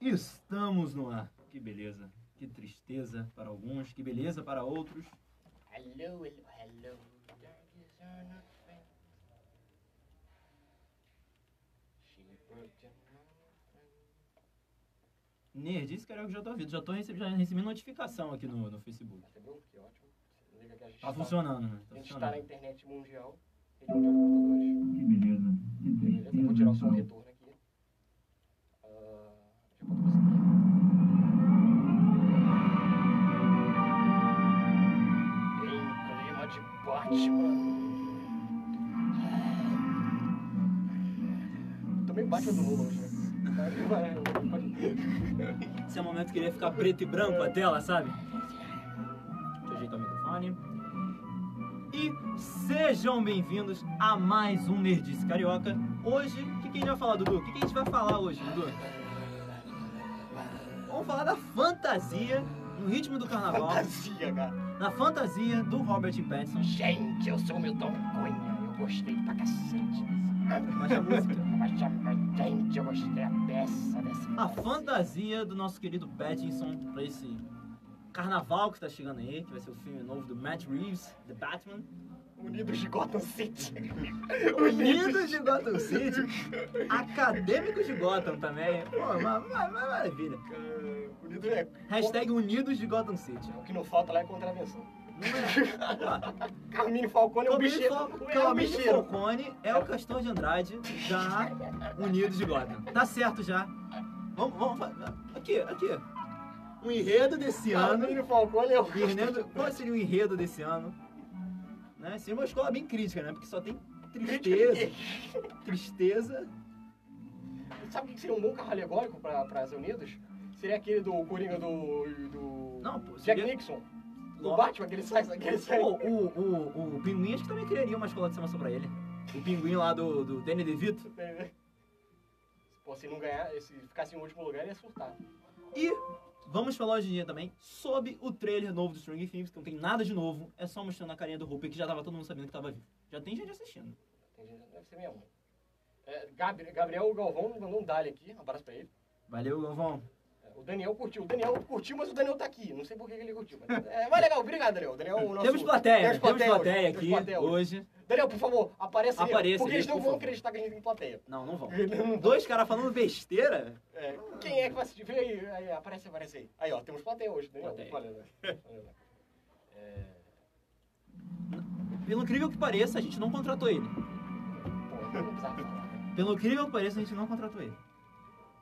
Estamos no ar. Que beleza. Que tristeza para alguns, que beleza para outros. Hello, hello, hello. Darkies are not friends. She broke the Nerd, isso cara, é o que já tô ouvindo. Já tô recebendo, já recebi notificação aqui no, no Facebook. Recebeu? Que ótimo. Você liga que a gente Tá funcionando, né? A Tá gente está na funcionando. internet mundial. Rede mundial de computadores. Que beleza. Que Beleza? Eu vou tirar o som retorno aqui. Ah, já boto você aqui. Em clima de Batman. Tomei Batman do Lula hoje, né? Esse é o momento que ele ia ficar preto e branco a tela, sabe? Deixa eu ajeitar o microfone. E sejam bem-vindos a mais um Nerdice Carioca. Hoje, o que, que a gente vai falar, Dudu? O que, que a gente vai falar hoje, Dudu? Vamos falar da fantasia no ritmo do carnaval, Fantasia, cara. na fantasia do Robert Pattinson. Gente, eu sou o Milton Cunha. Eu gostei pra cacete dessa. Baixa a música. Mas, mas, gente, eu gostei a peça dessa. A fantasia do nosso querido Pattinson pra esse carnaval que tá chegando aí, que vai ser o filme novo do Matt Reeves, The Batman. Unidos de Gotham City. Unidos de Gotham City, acadêmicos de Gotham também. Pô, uma, uma- uma maravilha. Ah, Unidos é. Hashtag Unidos de Gotham City. é? O que não falta lá é contravenção. Ó, Carmine Falcone é um Calmine bicheiro. Fal- É um Calmine bicheiro. Falcone é o Castor de Andrade da Unidos de Gotham. Tá certo já. Vamos, vamos. fa- Aqui, aqui. O enredo desse ano. Carmine Falcone é o O enredo, qual seria o enredo desse ano? Né? Seria uma escola bem crítica, né? Porque só tem tristeza, tristeza. Sabe o que seria um bom carro alegórico pra, pras Unidos? Seria aquele do Coringa do. do... Não, pô, Jack seria- Nixon. O Batman, aquele sai. Aquele sai. Pô, o, o, o Pinguim acho que também criaria uma escola de samba pra ele. O Pinguim lá do, do Danny DeVito. Se fosse não ganhar, se ficasse em último lugar, ia surtar. E vamos falar hoje em dia também sobre o trailer novo do Stranger Things, que não tem nada de novo, é só mostrando a carinha do Hooper, que já tava todo mundo sabendo que tava vivo. Já tem gente assistindo. Tem gente- Deve ser minha mãe. É, Gabri- Gabriel Galvão mandou um dali aqui, um abraço pra ele. Valeu, Galvão. É, O Daniel curtiu. O Daniel curtiu, mas o Daniel tá aqui. Não sei por que que ele curtiu. Mas, é, mas legal, obrigado, Daniel. O Daniel é o nosso- temos plateia, Temos temos plateia, hoje, aqui temos plateia hoje. hoje. Daniel, por favor, apareça aí. Apareça Porque aí, eles não por vão favor. acreditar que a gente tem plateia. Não, não vão. Dois caras falando besteira. É, quem é que vai assistir? Vem aí, aí, aparece, aparece aí. Aí, ó, temos plateia hoje, Daniel. Plateia. Valeu, né? Valeu, né? Pelo incrível que pareça, a gente não contratou ele. Pô, não precisava falar. Pelo incrível que pareça, a gente não contratou ele.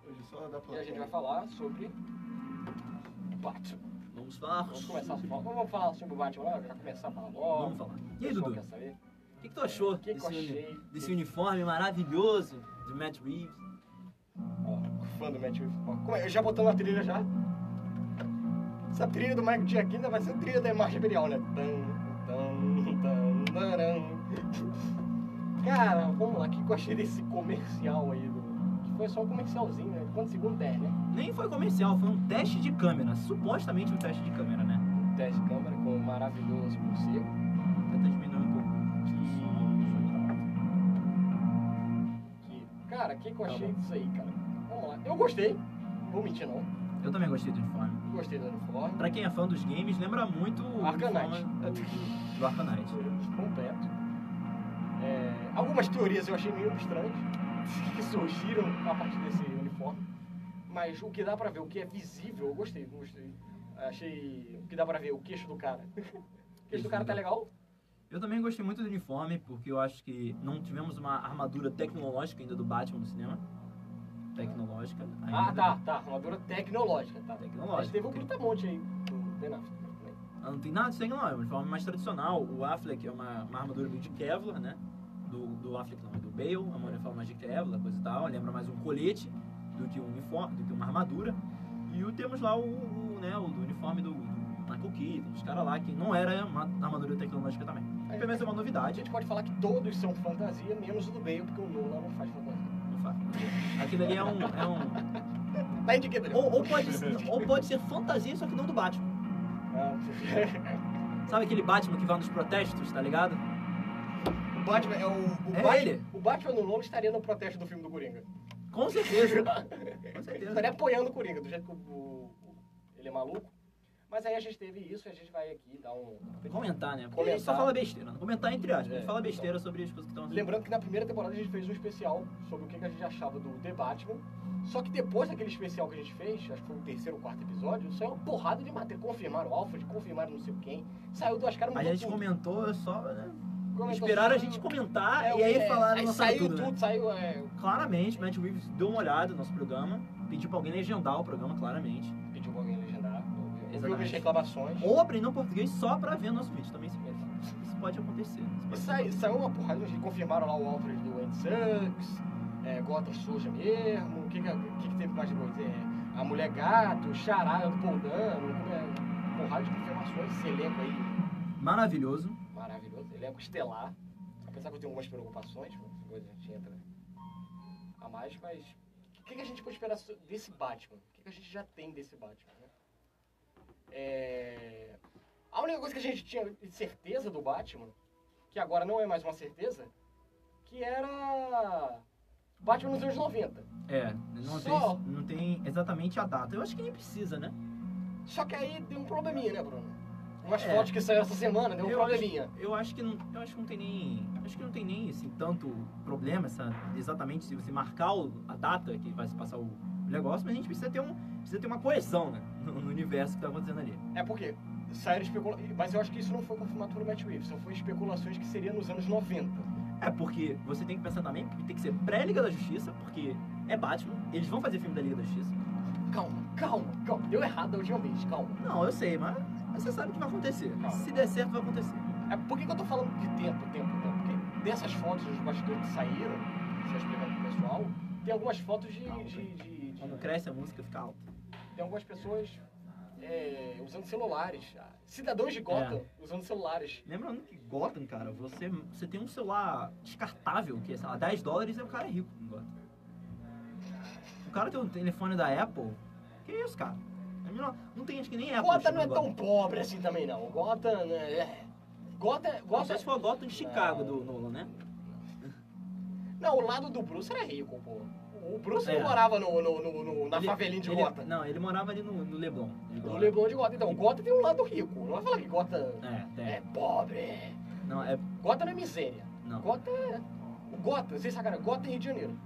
Hoje só dá pra. E a gente vai falar sobre Batman. Vamos falar. Vamos começar a falar. Vamos falar sobre o Batman lá, já começar a falar logo. Vamos falar. E aí, O pessoal Dudu? quer saber. É, O que, que tu achou O que que desse, eu achei? uni- desse uniforme maravilhoso de Matt Reeves? Ó, fã do Matt Reeves. Ó, como é? Já botando a trilha já? Essa trilha do Michael Jackson ainda vai ser a trilha da Marcha Imperial, né? Tan, tan, tan, taran. Cara, vamos lá, o que que eu achei desse comercial aí? Do... Que foi só um comercialzinho, né? Quantos segundos? 10, né? Nem foi comercial, foi um teste de câmera. Supostamente um teste de câmera, né? Um teste de câmera com o maravilhoso morcego. Tenta diminuir um pouco. que- Cara, o que, que eu Tá achei bom. disso aí, cara? Vamos lá. Eu gostei. Não Vou mentir, não. Eu também gostei do uniforme. Gostei do uniforme. Pra quem é fã dos games, lembra muito o Arcanite. uniforme do Arcanite. Completo. É, algumas teorias eu achei meio estranhas que surgiram a partir desse uniforme. Mas o que dá pra ver, o que é visível, eu gostei, gostei. Achei. O que dá pra ver, o queixo do cara. O queixo do cara tá legal. Eu também gostei muito do uniforme, porque eu acho que não tivemos uma armadura tecnológica ainda do Batman no cinema. Tecnológica. Ah, ainda. tá, tá. Armadura tecnológica, tá. Mas Tecnológica. teve um brutamonte aí do Ben Affleck. né, também. Ela não tem nada de sangue, não. É uma uniforme mais tradicional. O Affleck é uma, uma armadura meio de Kevlar, né? Do, do Affleck, não, é do Bale. É uma uniforme mais de Kevlar, coisa e tal. Lembra mais um colete do que um uniforme, do que uma armadura. E o, temos lá o, o, né, o do uniforme do, do Michael Keaton, os caras lá, que não era uma armadura tecnológica também. Aí, Pelo menos é uma A novidade. gente pode falar que todos são fantasia, menos o do meio, porque o Nolan não faz fantasia. não faz. Aquilo ali é um. É um Tá indiquei, ou, ou pode, ser- ou pode ser fantasia, só que não do Batman. Sabe aquele Batman que vai nos protestos, tá ligado? O Batman é o. o É Batman, ele? O Batman no Nolan estaria no protesto do filme do Coringa. Com certeza. Com Estaria certeza. tá apoiando o Coringa, do jeito que o, o- o- ele é maluco. Mas aí a gente teve isso e a gente vai aqui dar um. Comentar, né? Porque a gente só Comentar. fala besteira. né? Comentar entre aspas. A gente É, fala então. besteira sobre as coisas que estão Lembrando que na primeira temporada a gente fez um especial sobre o que que a gente achava do The Batman. Só que depois daquele especial que a gente fez, acho que foi o terceiro ou quarto episódio, saiu uma porrada de matéria. Confirmaram o Alfred, confirmaram não sei quem. Saiu duas caras Mas mudou a gente tudo. comentou só, né? Comentou Esperaram a só- gente comentar É, e aí é, falaram aí lançaram saiu tudo, tudo, né? saiu. É, Claramente, Matt Reeves deu uma olhada no nosso programa, pediu pra alguém legendar o programa, claramente. pediu pra alguém legendar. Ouviu Exatamente. minhas reclamações. Ou aprendeu português só pra ver nosso vídeo também. Isso, isso pode acontecer. Isso E pode- sai- saiu uma porrada, eles confirmaram lá o Alfred do Andy Sucks, é, Gota Suja mesmo, o que, que, o que que teve mais de coisa? É, a Mulher Gato, o Charada do Paul Dano, é, porrada de confirmações, esse elenco aí Maravilhoso. maravilhoso, elenco estelar. Apesar que eu tenho algumas preocupações, uma coisa a gente entra a mais, mas o que, que a gente pode esperar so- desse Batman? O que, que a gente já tem desse Batman? né? É... A única coisa que a gente tinha de certeza do Batman, que agora não é mais uma certeza, que era Batman nos anos 90. É, não Só. tem, não tem exatamente a data. Eu acho que nem precisa, né? Só que aí deu um probleminha, né, Bruno? Umas É. fotos que saíram essa semana, deu um Eu acho- probleminha. Eu acho que não, eu acho que não tem nem, acho que não tem nem assim tanto problema essa, exatamente se você marcar o- a data que vai se passar o negócio, mas a gente precisa ter um, precisa ter uma coesão, né, no, no universo que tá acontecendo ali. É porque saíram especulações. Mas eu acho que isso não foi confirmado pelo Matt Reeves, só foi especulações que seria nos anos 90. É porque você tem que pensar também que tem que ser pré-Liga da Justiça, porque é Batman, eles vão fazer filme da Liga da Justiça. Calma, calma, calma. Deu errado da última vez, calma. Não, eu sei, mas você sabe o que vai acontecer. Calma. Se der certo, vai acontecer. É, por que, que eu tô falando de tempo, tempo, tempo? Porque dessas fotos dos bastidores que saíram, já explicando pro pessoal, tem algumas fotos de. Calma, de- de- de- Quando cresce a música fica alta. tem algumas pessoas é, usando celulares. Cidadãos de Gotham usando celulares. Lembrando que Gotham, cara, você, você tem um celular descartável, que é, sei lá, 10 dólares e o cara é rico em Gotham. O cara tem um telefone da Apple. Que isso, cara? É menor- não tem, acho que nem Apple. Gotham chega não é em tão pobre assim também, não. Gotham. né, É. Gotham. Não sei Gotham é se foi Gotham de Chicago do Nolan, né? Não, o lado do Bruce era rico, pô. O Bruce É. não morava no, no- no- no- na Ele- favelinha de ele- Gota. Não, ele morava ali no, no Leblon. No Leblon de Gota. Então, Gota tem um lado rico. Não vai falar que Gota É, é tem. pobre. Não, é. Gota não é miséria. Não. Gota é. O Gota, vocês sacaram, Gota é Rio de Janeiro.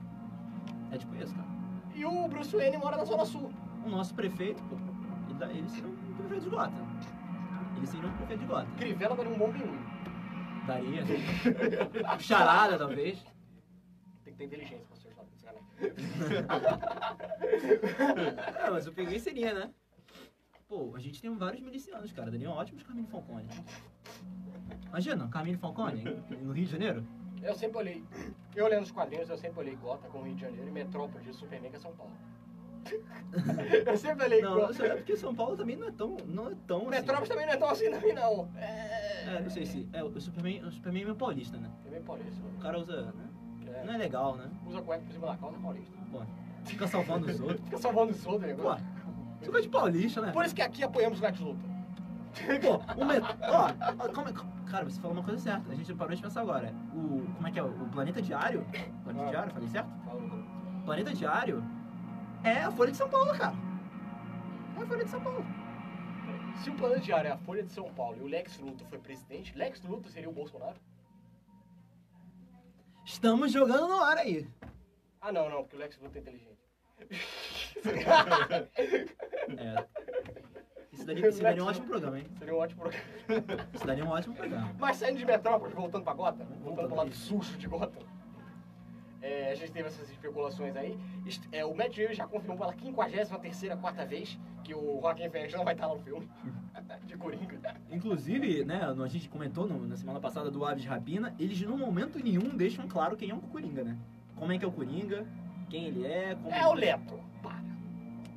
É tipo isso, cara. E o Bruce Wayne mora na Zona Sul. O nosso prefeito, pô, ele, dá- ele seria um prefeito de Gotham. Ele seria um prefeito de Gotham. Crivella daria um bom biúio. Daria. Charada, talvez. Tem que ter inteligência pra ser usado desse cara. É, mas o pinguim seria, né? Pô, a gente tem vários milicianos, cara. Dariam ótimos Carmine Falcone. Imagina, Carmine Falcone, no Rio de Janeiro. Eu sempre olhei. Eu olhando os quadrinhos, eu sempre olhei Gota como Rio de Janeiro e Metrópole de Superman que é São Paulo. eu sempre olhei Não, não Gota. sei, é porque São Paulo também não é tão. Não é tão assim. Metrópolis também não é tão assim também, não. É, não sei se. É, o Superman, o Superman é meio paulista, né? É bem paulista. O cara usa. né? É. Não é legal, né? Usa cueca por cima da calça é paulista. Pô, fica salvando os outros. Fica salvando os outros, Pô, negócio. isso é coisa de paulista, né? Por isso que aqui apoiamos o Lex Luthor. Pô, o metrô. Ó, ó, como é. Cara, você falou uma coisa certa. A gente parou de pensar agora. O. Como é que é? O Planeta Diário? Planeta Ah. Diário, falei certo? Planeta Diário é a Folha de São Paulo, cara. É a Folha de São Paulo. Se o plano diário é a Folha de São Paulo e o Lex Luthor foi presidente, Lex Luthor seria o Bolsonaro? Estamos jogando na hora aí. Ah, não, não, porque o Lex Luthor é inteligente. É. Isso daria, isso daria um ótimo programa, hein? Seria um ótimo programa. Isso daria um ótimo programa. Mas saindo de Metrópolis, voltando pra Gotham, Voltando voltando pro lado aí. sujo de Gotham, é, a gente teve essas especulações aí. Est- é, o Matt Reeves já confirmou pela 53ª, quarta vez que o Joaquin Phoenix não vai estar lá no filme. De Coringa. Inclusive, né, a gente comentou no- na semana passada do Aves Rapina, eles no momento nenhum deixam claro quem é o Coringa, né? Como é que é o Coringa, quem ele é, como... É o Leto. Para.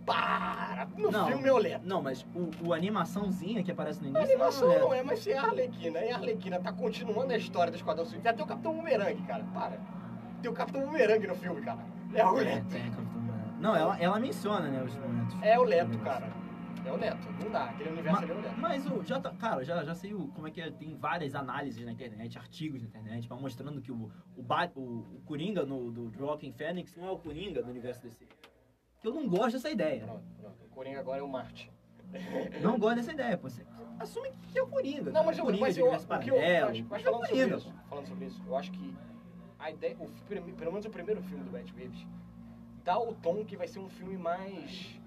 Para. No Não. filme é o Leto. Não, mas o, o animaçãozinha que aparece no A início... animação é o não Leto. é, mas é a Arlequina. E a Arlequina tá continuando a história do Esquadrão Suicida. Tem até o Capitão Bumerangue, cara. Para. Tem o Capitão Bumerangue no filme, cara. É o É, Leto. tem, Capitão Marvel. Não, ela, ela menciona, né, os momentos. É o Leto, cara. É o Neto. Não dá. Aquele universo ali é o Neto. Mas o J, cara, já, já sei o- como é que é. Tem várias análises na internet, artigos na internet, pra- mostrando que o, o, Ba- o, o Coringa no, do Joaquin Phoenix não é o Coringa do universo DC. Que eu não gosto dessa ideia. Pronto, pronto. O Coringa agora é o Marte. Não gosto dessa ideia, pô. Você assume que é o Coringa. Não, mas, o eu, Coringa mas de eu, universo o que eu, paralelo. mas, mas é o falando sobre Coringa. isso, falando sobre isso, eu acho que a ideia, o, prime- pelo menos o primeiro filme do Batman dá o tom que vai ser um filme mais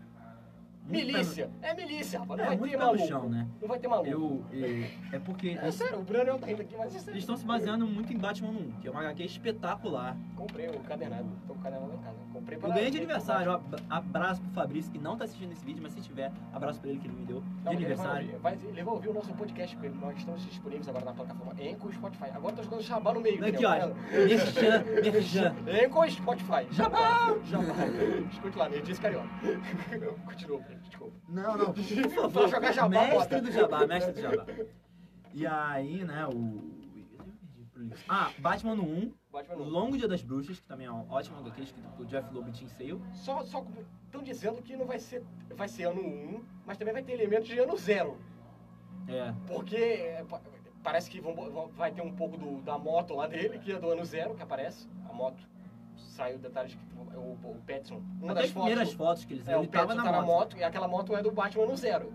milícia. É milícia, rapaz. Não É, vai muito ter pé no maluco. chão, né? Não vai ter maluco. Eu, é, é porque É eles, sério, o Bruno não tá indo aqui, mas isso é eles estão se baseando muito em Batman 1, que é uma HQ espetacular. Comprei o cadernado. Tô com o cadernado em casa. Comprei Eu pra ganhei de aniversário. ab- Abraço pro Fabrício, que não tá assistindo esse vídeo, mas se tiver, abraço pra ele que ele me deu de Não, ele vai, aniversário. ouvir, vai- ele vai ouvir o nosso podcast com ele. Nós estamos disponíveis agora na plataforma Enco e Spotify. Agora tô jogando jabá no meio. Aqui, entendeu? ó. Merchan, merchan. Enco e Spotify. Jabá! Jabá. Escute lá, me disse carioca. Continua, Bruno, desculpa. Não, não, por Pra favor. jogar jabá, mestre bota. do jabá, mestre do jabá. E aí, né, o. Ah, Batman no 1, Batman O não. Longo Dia das Bruxas, que também é um ótimo HQ escrito por Jeff Loeb e Tim Sale. Só, só estão dizendo que não vai ser, vai ser ano 1, mas também vai ter elementos de ano 0. É, Porque é, pa- parece que vão bo- vão- vai ter um pouco do- da moto lá dele, que é do ano 0, que aparece. A moto saiu detalhes que o, o Petson. Uma Até das as primeiras fotos. fotos que eles É, viram, o ele Petson tava na tá moto. na moto e aquela moto é do Batman ano zero.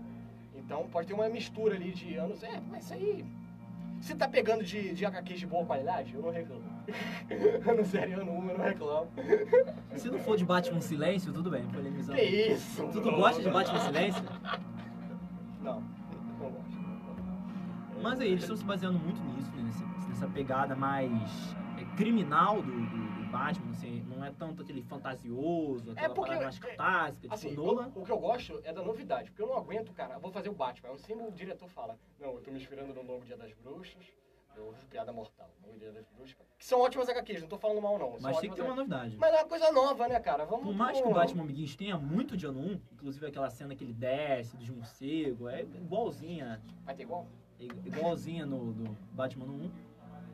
Então pode ter uma mistura ali de anos. É, mas isso aí. Se tá pegando de, de HQs de boa qualidade, eu não reclamo. ano zero e ano um, eu não reclamo. E se não for de Batman Silêncio, tudo bem, polemizando. Que isso? Tu não gosta de Batman Silêncio? Não, não gosto. Mas aí, eles estão se baseando muito nisso, né, nesse- nessa pegada mais é, criminal do, do- do Batman, assim, não é tanto aquele fantasioso, aquela É porque- parada mais clássica, tipo Assim, Nolan. o, o que eu gosto é da novidade, porque eu não aguento, cara. Eu vou fazer o Batman. Eu sempre o diretor fala: Não, eu tô me inspirando no Longo Dia das Bruxas, no Piada Mortal, Longo Dia das Bruxas. Que são ótimas HQs, não tô falando mal, não. são Mas tem que ter uma ótimas novidade. Mas é uma coisa nova, né, cara? Vamos Por mais que pro- o Batman Amiguinhos tenha muito de ano 1, inclusive aquela cena que ele desce dos morcegos, é igualzinha, Vai ter igual? é igualzinha no do Batman no 1,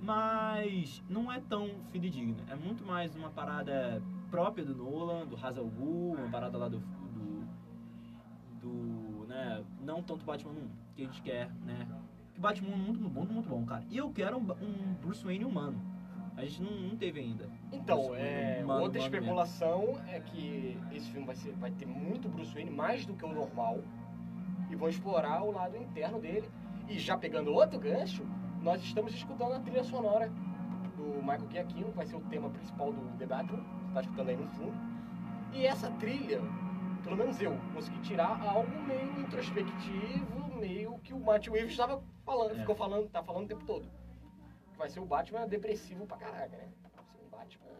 mas não é tão fidedigna. É muito mais uma parada própria do Nolan, do Hazal Gu, uma parada lá do. do. do, né, não tanto Batman 1, que a gente quer, né? Que Batman 1 é muito bom, muito bom, cara. E eu quero um, Ba- um Bruce Wayne humano. A gente não, não teve ainda. Bruce Então, Wayne, é, humano, outra humano mesmo. especulação é que esse filme vai, ser, vai ter muito Bruce Wayne, mais do que o normal, e vão explorar o lado interno dele. E já pegando outro gancho, nós estamos escutando a trilha sonora do Michael Giacchino, que vai ser o tema principal do The Batman, você está escutando aí no fundo. E essa trilha, pelo menos eu, consegui tirar algo meio introspectivo, meio que o Matt Reeves estava falando, É. ficou falando, tá falando o tempo todo. Vai ser o Batman depressivo pra caraca, né? Vai ser um Batman...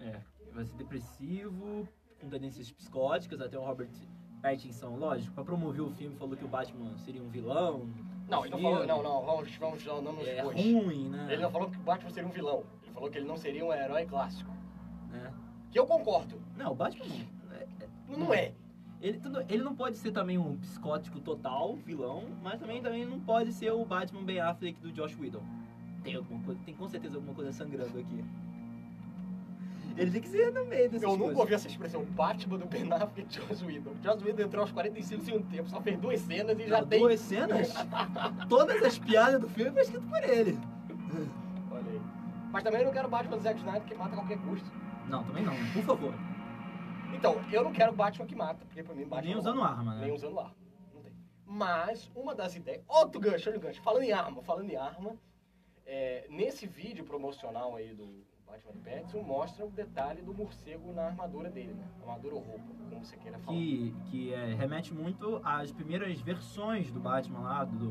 É, vai ser depressivo, com tendências psicóticas, até o Robert Pattinson, lógico, pra promover o filme, falou que o Batman seria um vilão. Não, do ele não filme, falou, não, não, vamos, vamos, não, não nos É expôs. ruim, né? Ele não falou que o Batman seria um vilão. Ele falou que ele não seria um herói clássico. né? Que eu concordo. Não, o Batman não. É, é, Não, não é. Ele, tudo- ele não pode ser também um psicótico total, vilão, mas também, também não pode ser o Batman Ben Affleck do Josh Whedon. Tem alguma coisa, tem com certeza alguma coisa sangrando aqui. Ele tem que ser no meio dessas Eu nunca coisas. ouvi essa expressão. Batman do Ben Affleck e Joss Whedon. Joss Whedon entrou aos 45 segundos do um tempo, só fez duas cenas e já Não, tem... Duas cenas, todas as piadas do filme foi escrito é por ele. Olha aí. Mas também eu não quero Batman do Zack Snyder que mata a qualquer custo. Não, também não, né? por favor. Então, eu não quero Batman que mata, porque pra mim Batman... é um Nem não usando arma, né? Nem usando arma. Não tem. Mas, uma das ideias. Outro gancho, outro gancho. Falando em arma, falando em arma. é, nesse vídeo promocional aí do Batman do Pattinson, mostra o detalhe do morcego na armadura dele, né? Armadura ou roupa, como você queira falar. Que, que é, remete muito às primeiras versões do Batman lá, do.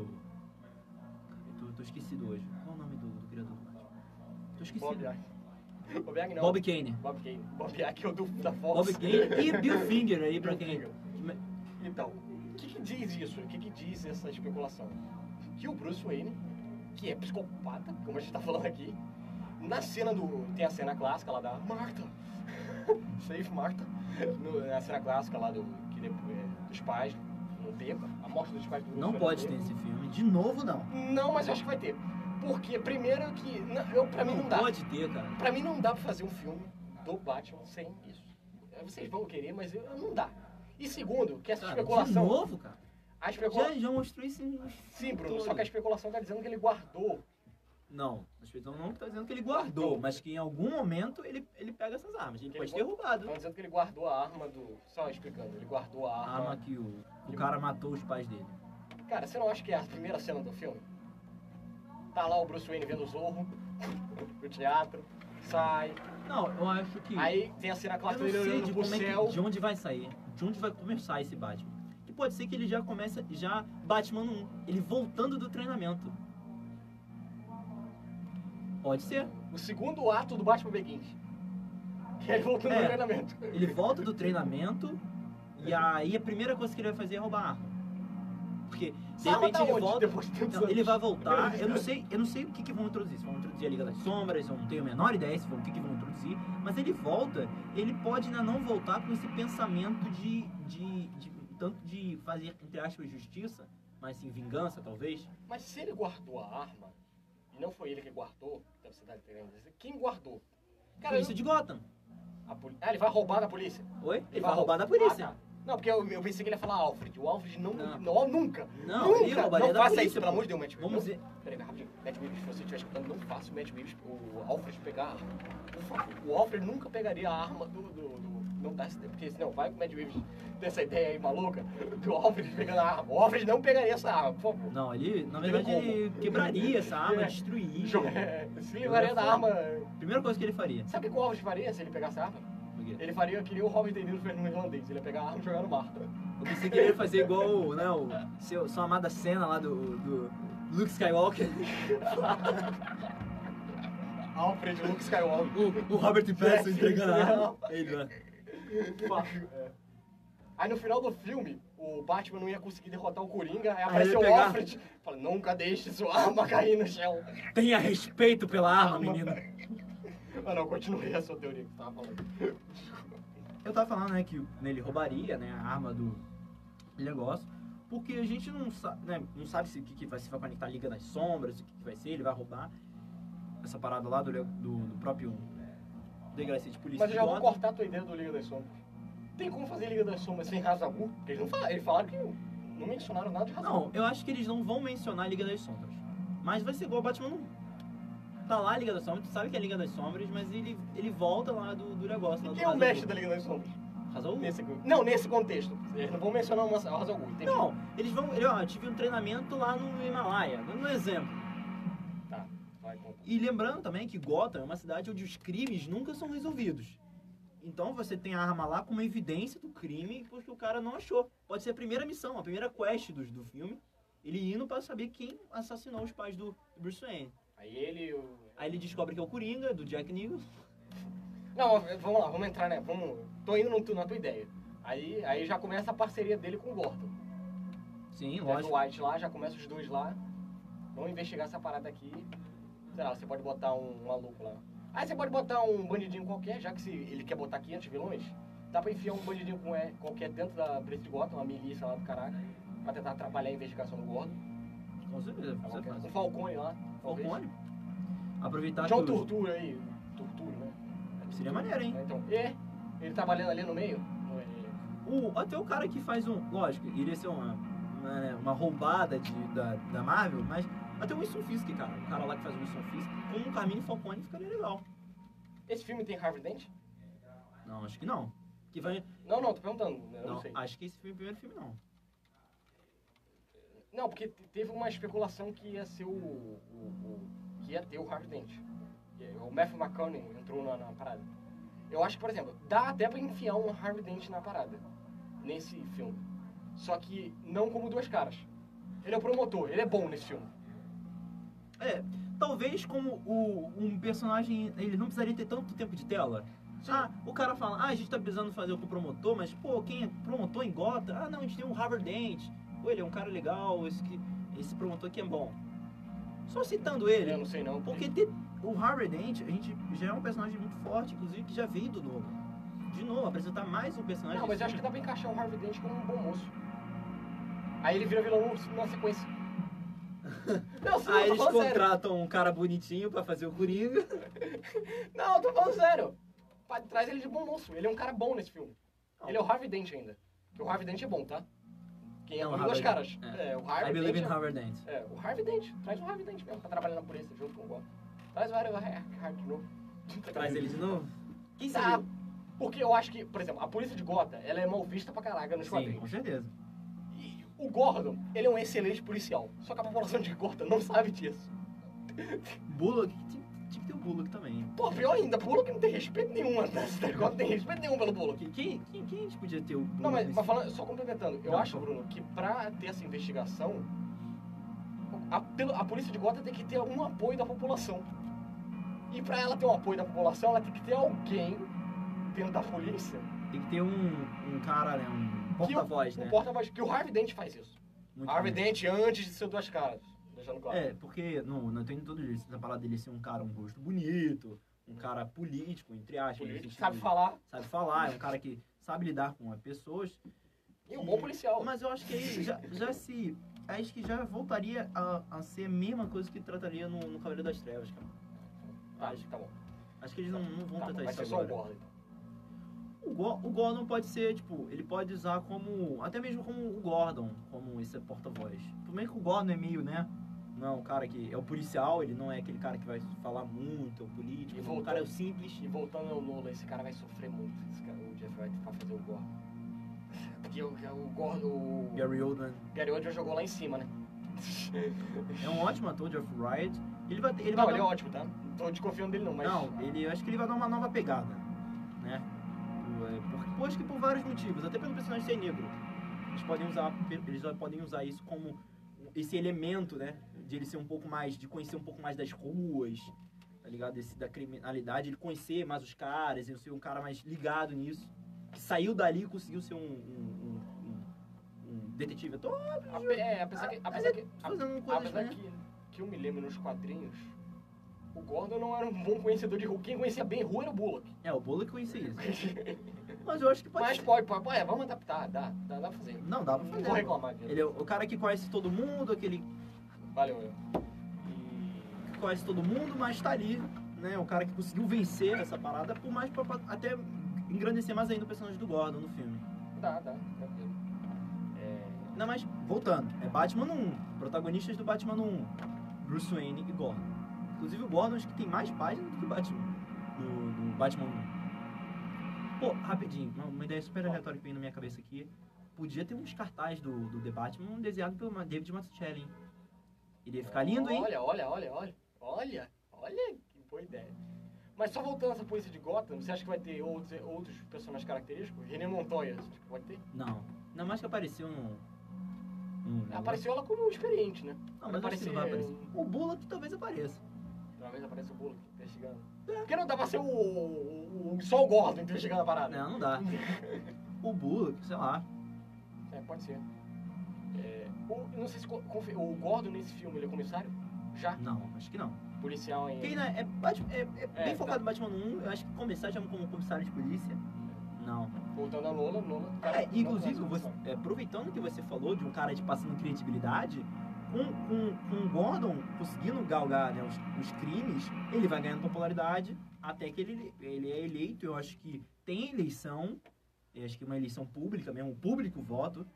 Tô, tô esquecido hoje. Qual o nome do, do criador do Batman? Tô esquecido. Bob Iag. Bob Iag não. Bob Kane. Bob Kane. Bob Iag é o do, da Fox. Bob Kane e Bill Finger aí pra Bill quem. Finger. Então, o que, que diz isso? O que, que diz essa especulação? Que o Bruce Wayne, que é psicopata, como a gente tá falando aqui, na cena do. Tem a cena clássica lá da Marta. Save Marta. No- na cena clássica lá do. Que depois, é, dos pais, no beco. A morte dos pais do Bruce Não Wayne pode no ter beco. esse filme. De novo, não. Não, mas eu acho que vai ter. Porque primeiro que. Não, eu, pra mim não dá. pode ter, cara. Pra mim não dá pra fazer um filme do Batman sem isso. Vocês vão querer, mas eu- não dá. E segundo, que essa Cara, de especulação. novo, cara. A especulação. Já, já mostrou isso em... Sim, Bruno, só que a especulação tá dizendo que ele guardou. Não, a Espetão não tá dizendo que ele guardou, mas que em algum momento ele, ele pega essas armas. Ele Ele pode ter guar- roubado. Estão Tá dizendo que ele guardou a arma do. Só explicando, ele guardou a A arma. arma que o, o cara matou os pais dele. Cara, você não acha que é a primeira cena do filme? Tá lá o Bruce Wayne vendo o Zorro, no teatro, sai. Não, eu acho que... Aí tem a cena eu clássica não dele sei olhando de, pro como é céu. que, de onde vai sair, de onde vai começar esse Batman. Que pode ser que ele já comece, já Batman 1, ele voltando do treinamento. Pode ser. O segundo ato do Batman Begins. Que é ele voltando É. no treinamento. Ele volta do treinamento e aí a primeira coisa que ele vai fazer é roubar a arma. Porque de Essa arma repente tá ele onde volta. depois de tantos Não, Então, ele anos? vai voltar. Eu não sei, eu não sei o que, que vão introduzir. Se vão introduzir a Liga das Sombras, eu não tenho a menor ideia se vão, o que, que vão introduzir. Mas ele volta, ele pode ainda não voltar com esse pensamento de, de, de- tanto de fazer, entre aspas, justiça, mas sim vingança, talvez. Mas se ele guardou a arma, e não foi ele que guardou, então você tá entendendo? Quem guardou? Cara, polícia de Gotham. a poli- Ah, ele vai roubar da polícia. Oi? Ele, vai roubar da polícia. Ah, tá. Não, porque eu, eu pensei que ele ia falar "Ah, Alfred. O Alfred não, Não. não. nunca. Não, ele nunca. roubaria não da faça polícia. isso, pelo pô. amor de Deus, Matt Reeves. Vamos dizer. Peraí, mas rapidinho. Matt Reeves, se você estiver escutando, não faça o Matt Reeves, o Alfred pegar a arma. Por favor, o Alfred nunca pegaria a arma do... do, do- não dá essa ideia, porque senão vai que o Matt Reeves tem essa ideia aí maluca do Alfred pegando a arma. O Alfred não pegaria essa arma, por favor. Não, ele, na Não tem verdade, ele como. quebraria essa arma, É. destruiria. É, Se ligaria da arma... Primeira coisa que ele faria. Sabe o que o Alfred faria se ele pegasse a arma? O quê? Ele faria que nem o Robert De Niro fez no Irlandês. Ele ia pegar a arma e jogar no mar. Eu pensei que ele ia fazer igual o- né, o seu, sua amada cena lá do, do Luke Skywalker. Alfred, Luke Skywalker. O, o Robert Pattinson entregando a arma. Ele, né? É. Aí no final do filme, o Batman não ia conseguir derrotar o Coringa, Aí aí apareceu ele o pegar. Alfred. Fala, nunca deixe sua arma cair no chão. Tenha respeito pela arma, menino. Ah não, continuei a sua teoria que você tava falando. Eu tava falando, né, que né, ele roubaria, né, a arma do negócio, porque a gente não sabe, né, não sabe se o que, que vai, se vai conectar a Liga das Sombras, o que, que vai ser, ele vai roubar essa parada lá do, le- do, do próprio Degracete Polícia Mas eu já de vou Gotham. cortar a tua ideia do Liga das Sombras. Tem como fazer Liga das Sombras sem Razagul? Porque eles não falaram, eles falaram que não mencionaram nada de Razagul. Não, eu acho que eles não vão mencionar a Liga das Sombras. Mas vai ser igual Batman 1. Tá lá a Liga das Sombras, tu sabe que é a Liga das Sombras, mas ele, ele volta lá do, do negócio. Lá E do quem é o Hazard. mestre da Liga das Sombras? Hazard? Nesse, não, nesse contexto. Eles não vão mencionar o Razagul, entendi. Não, eles vão. Ele, ó, eu tive um treinamento lá no Himalaia, dando um exemplo. Tá, vai, conta. E lembrando também que Gotham é uma cidade onde os crimes nunca são resolvidos. Então você tem a arma lá como evidência do crime porque o cara não achou. Pode ser a primeira missão, a primeira quest do, do filme. Ele indo pra saber quem assassinou os pais do Bruce Wayne. Aí ele... e o- Aí ele descobre que é o Coringa, do Jack Nicholson. Não, vamos lá, vamos entrar, né? Vamos. Tô indo no tu- na tua ideia. Aí, aí já começa a parceria dele com o Gordon. Sim, Jack lógico. White lá, já começa os dois lá. Vamos investigar essa parada aqui. Sei lá, você pode botar um maluco lá. Aí você pode botar um bandidinho qualquer, já que se ele quer botar 500 vilões, dá pra enfiar um bandidinho com- é, qualquer dentro da Preço de Gotham, uma milícia lá do caralho, pra tentar atrapalhar a investigação do Gordon. Com certeza, Tá você qualquer- faz. Um Falcone lá. talvez. Tá Falcone. Aproveitar John que o- Tortura aí. Tortura, né? Seria maneiro, hein? Então, e ele trabalhando ali no meio? No- é, O, até o cara que faz um. Lógico, iria ser uma, uma, né, uma roubada de, da, da Marvel, mas até o Wilson Fisk, cara. O cara lá que faz o Wilson Fisk, com o Carmine Falcone ficaria legal. Esse filme tem Harvey Dent? Não, acho que não. Que vai. Não, não, tô perguntando. né? Eu não, Não, sei. acho que esse foi o primeiro filme, não. Não, porque te- teve uma especulação que ia ser o. o- o- que ia ter o Harvey Dent. E aí O Matthew McConaughey entrou na, na parada. Eu acho que, por exemplo, dá até pra enfiar um Harvey Dent na parada. Nesse filme. Só que não como duas caras. Ele é o promotor, ele é bom nesse filme. É, talvez como o, um personagem. Ele não precisaria ter tanto tempo de tela. Ah, o cara fala, ah, a gente tá precisando fazer com o promotor, mas pô, quem é promotor em Gota? Ah, não, a gente tem um Harvard Dent. Pô, ele é um cara legal, esse, que, esse promotor aqui é bom. Só citando ele, Eu não sei não. Porque ter o Harvey Dent, a gente já é um personagem muito forte, inclusive que já veio do novo. De novo, apresentar mais um personagem. Não, mas eu acho que dá pra encaixar o Harvey Dent como um bom moço. Aí ele vira vilão na sequência. Não, Aí sim, eu tô Ah, eles falando sério. contratam um cara bonitinho pra fazer o Coringa. Não, eu tô falando sério. Pa- Traz ele de é bom moço. Ele é um cara bom nesse filme. Não. Ele é o Harvey Dent ainda. Porque o Harvey Dent é bom, tá? Quem é Não, um o dos Harvey- caras. é. É, o I Harvey Believe in Dent é- Harvard Dent. É, o Harvey Dent. Traz o Harvey Dent mesmo, tá trabalhando na polícia junto com o Bob. Traz o Harvey Hart de novo. Traz ele de novo. Ah, Quem Tá, seria? porque eu acho que, por exemplo, a polícia de Gota, ela é mal vista pra caraca nos Sim, com quadrinhos. certeza. E o Gordon, ele é um excelente policial. Só que a população de Gota não sabe disso. Bullock, tinha, tinha que ter o Bullock também. Pô, pior ainda, Bullock não tem respeito nenhum. A cidade de Gota não tem respeito nenhum pelo Bullock. Quem, quem, quem, quem a gente podia ter o Bullock? Não, mas, nesse- mas falando, só complementando, eu Não, acho, por Bruno, que pra ter essa investigação, a, pelo- a polícia de Gota tem que ter um apoio da população. E pra ela ter um apoio da população, ela tem que ter alguém dentro da polícia, Tem que ter um, um cara, né? Um porta-voz, um né? porta-voz, que o Harvey Dent faz isso. Muito Harvey bem. Dent antes de ser duas caras, deixando claro. É, porque não, não tem todo isso. Essa parada dele ser um cara, um rosto bonito, um cara político, entre aspas. né, no político, sentido sabe de- falar, Sabe falar, é um cara que sabe lidar com as pessoas. e um bom policial. Mas eu acho que aí já, já se. Acho que já voltaria a, a ser a mesma coisa que trataria no, no Cavaleiro das Trevas, cara. Ah, tá bom. Acho que eles não, não vão Tá, tratar vai isso ser só o agora. Gordon. então. O, Go, o Gordon pode ser, tipo, ele pode usar como. Até mesmo como o Gordon, como esse porta-voz. Tudo bem que o Gordon é meio, né? Não é o cara que. É o policial, ele não é aquele cara que vai falar muito, é o político. não, E O voltou. cara é o simples. E voltando ao Nola, esse cara vai sofrer muito. Esse cara, o Jeff vai tentar fazer o Gordon. Porque o, o Gordon. o- Gary Oldman Gary Oldman jogou lá em cima, né? é um ótimo ator de Off-Ride. Ele vai, ter- ele não, vai ele é dar- ótimo, tá? Não tô desconfiando dele não, mas... Não, ele, eu acho que ele vai dar uma nova pegada, né? O, é, Porque, eu acho que por vários motivos, até pelo personagem ser negro. Eles podem usar, eles já podem usar isso como esse elemento, né? De ele ser um pouco mais, de conhecer um pouco mais das ruas, tá ligado? Esse, da criminalidade, ele conhecer mais os caras, ele ser um cara mais ligado nisso. Que saiu dali e conseguiu ser um, um- um- um- um detetive. Eu tô Ape- é, apesar que... Mas Apesar, que, fazendo a- coisas, apesar né? que, que eu me lembro nos quadrinhos, o Gordon não era um bom conhecedor de rua. Quem conhecia bem rua era o Bullock. É, o Bolo que conhecia isso. Mas eu acho que pode mas ser. pode, pode, pode, é, vamos adaptar, dá, dá, dá pra fazer. Não, dá pra Não vou fazer. reclamar disso. Ele é o cara que conhece todo mundo, aquele Valeu, eu. que conhece todo mundo, mas tá ali, né? O cara que conseguiu vencer essa parada, por mais pra, pra até engrandecer mais ainda o personagem do Gordon no filme. Dá, dá, tranquilo. É, Ainda mais, voltando, é Batman 1, protagonistas do Batman 1, Bruce Wayne e Gordon. Inclusive o Gordon acho que tem mais páginas do que o Batman, do, do Batman 1. Pô, rapidinho, uma, uma ideia super aleatória que veio na minha cabeça aqui. Podia ter uns cartazes do, do The Batman desenhado pelo Ma- David Mazzucchelli, hein? Iria ficar lindo, hein? Olha, olha, olha, olha. Olha, olha que boa ideia. Mas só voltando a essa polícia de Gotham, você acha que vai ter outros, outros personagens característicos? René Montoya, você acha que vai ter? Não. Ainda mais que apareceu um. um Apareceu ela como experiente, né? Não, mas acho que não vai aparecer. O Bullock talvez apareça. Talvez apareça o Bullock investigando. Porque não dá pra ser o, o- o- só o Gordon investigando a parada. Não, não dá. O Bullock, sei lá. É, pode ser. É, o, eu não sei se co- confi- o Gordon nesse filme, ele é comissário? Já? Não, acho que não. Policial em... Quem né, é, Batman- é, é É, bem tá. focado no Batman 1, eu acho que começar já como comissário de polícia. Não. Voltando a Lola, Lola... É, inclusive, Lola- você- é, aproveitando que você falou de um cara de passando criatividade, com, com, com o Gordon conseguindo galgar né, os, os crimes, ele vai ganhando popularidade até que ele, ele é eleito. Eu acho que tem eleição, eu acho que é uma eleição pública mesmo, um público voto,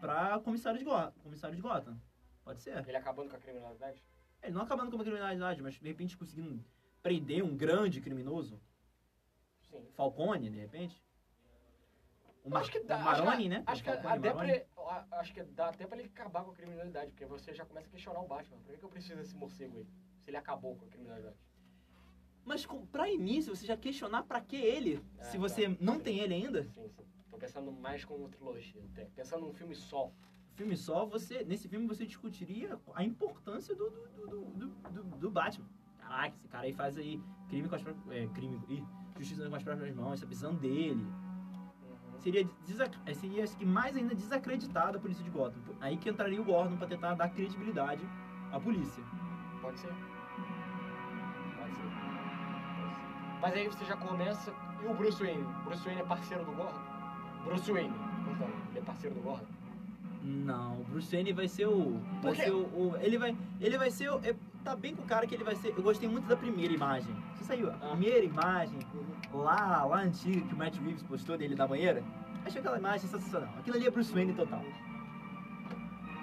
para comissário, de Go- comissário de Gotham. Pode ser. Ele acabando com a criminalidade? Ele não acabando com a criminalidade, mas de repente conseguindo prender um grande criminoso, Sim. Falcone, de repente. O, Mar acho que dá. o acho que- Maroni, né? Acho que, O Falcone até pra, Maroni. ele- a- acho que dá até pra ele acabar com a criminalidade, porque você já começa a questionar o Batman. Por que, que eu preciso desse morcego aí? Se ele acabou com a criminalidade. Mas com, pra início, você já questionar pra que ele, É, se você tá. não tem ele ainda. Sim, sim. Tô pensando mais como trilogia, até. Pensando num filme só. Filme só, você. Nesse filme você discutiria a importância do, do, do, do, do- do- do Batman. Caraca, esse cara aí faz aí crime com as próprias. É, crime. Ih, justiça com as próprias mãos, essa visão dele. Seria, desac- eh, seria acho que mais ainda desacreditada a polícia de Gotham. Aí que entraria o Gordon pra tentar dar credibilidade à polícia. Pode ser. Pode ser. Pode ser. Mas aí você já começa. E o Bruce Wayne? O Bruce Wayne é parceiro do Gordon? Bruce Wayne, então, ele é parceiro do Gordon? Não, o Bruce Wayne vai ser o. Vai Por quê? ser o, o- Ele vai. Ele vai ser o. é- tá bem com o cara que ele vai ser. Eu gostei muito da primeira imagem. Você saiu? A primeira imagem lá, lá antiga que o Matt Reeves postou dele da banheira. Achei aquela imagem sensacional. Aquilo ali é Bruce Wayne total.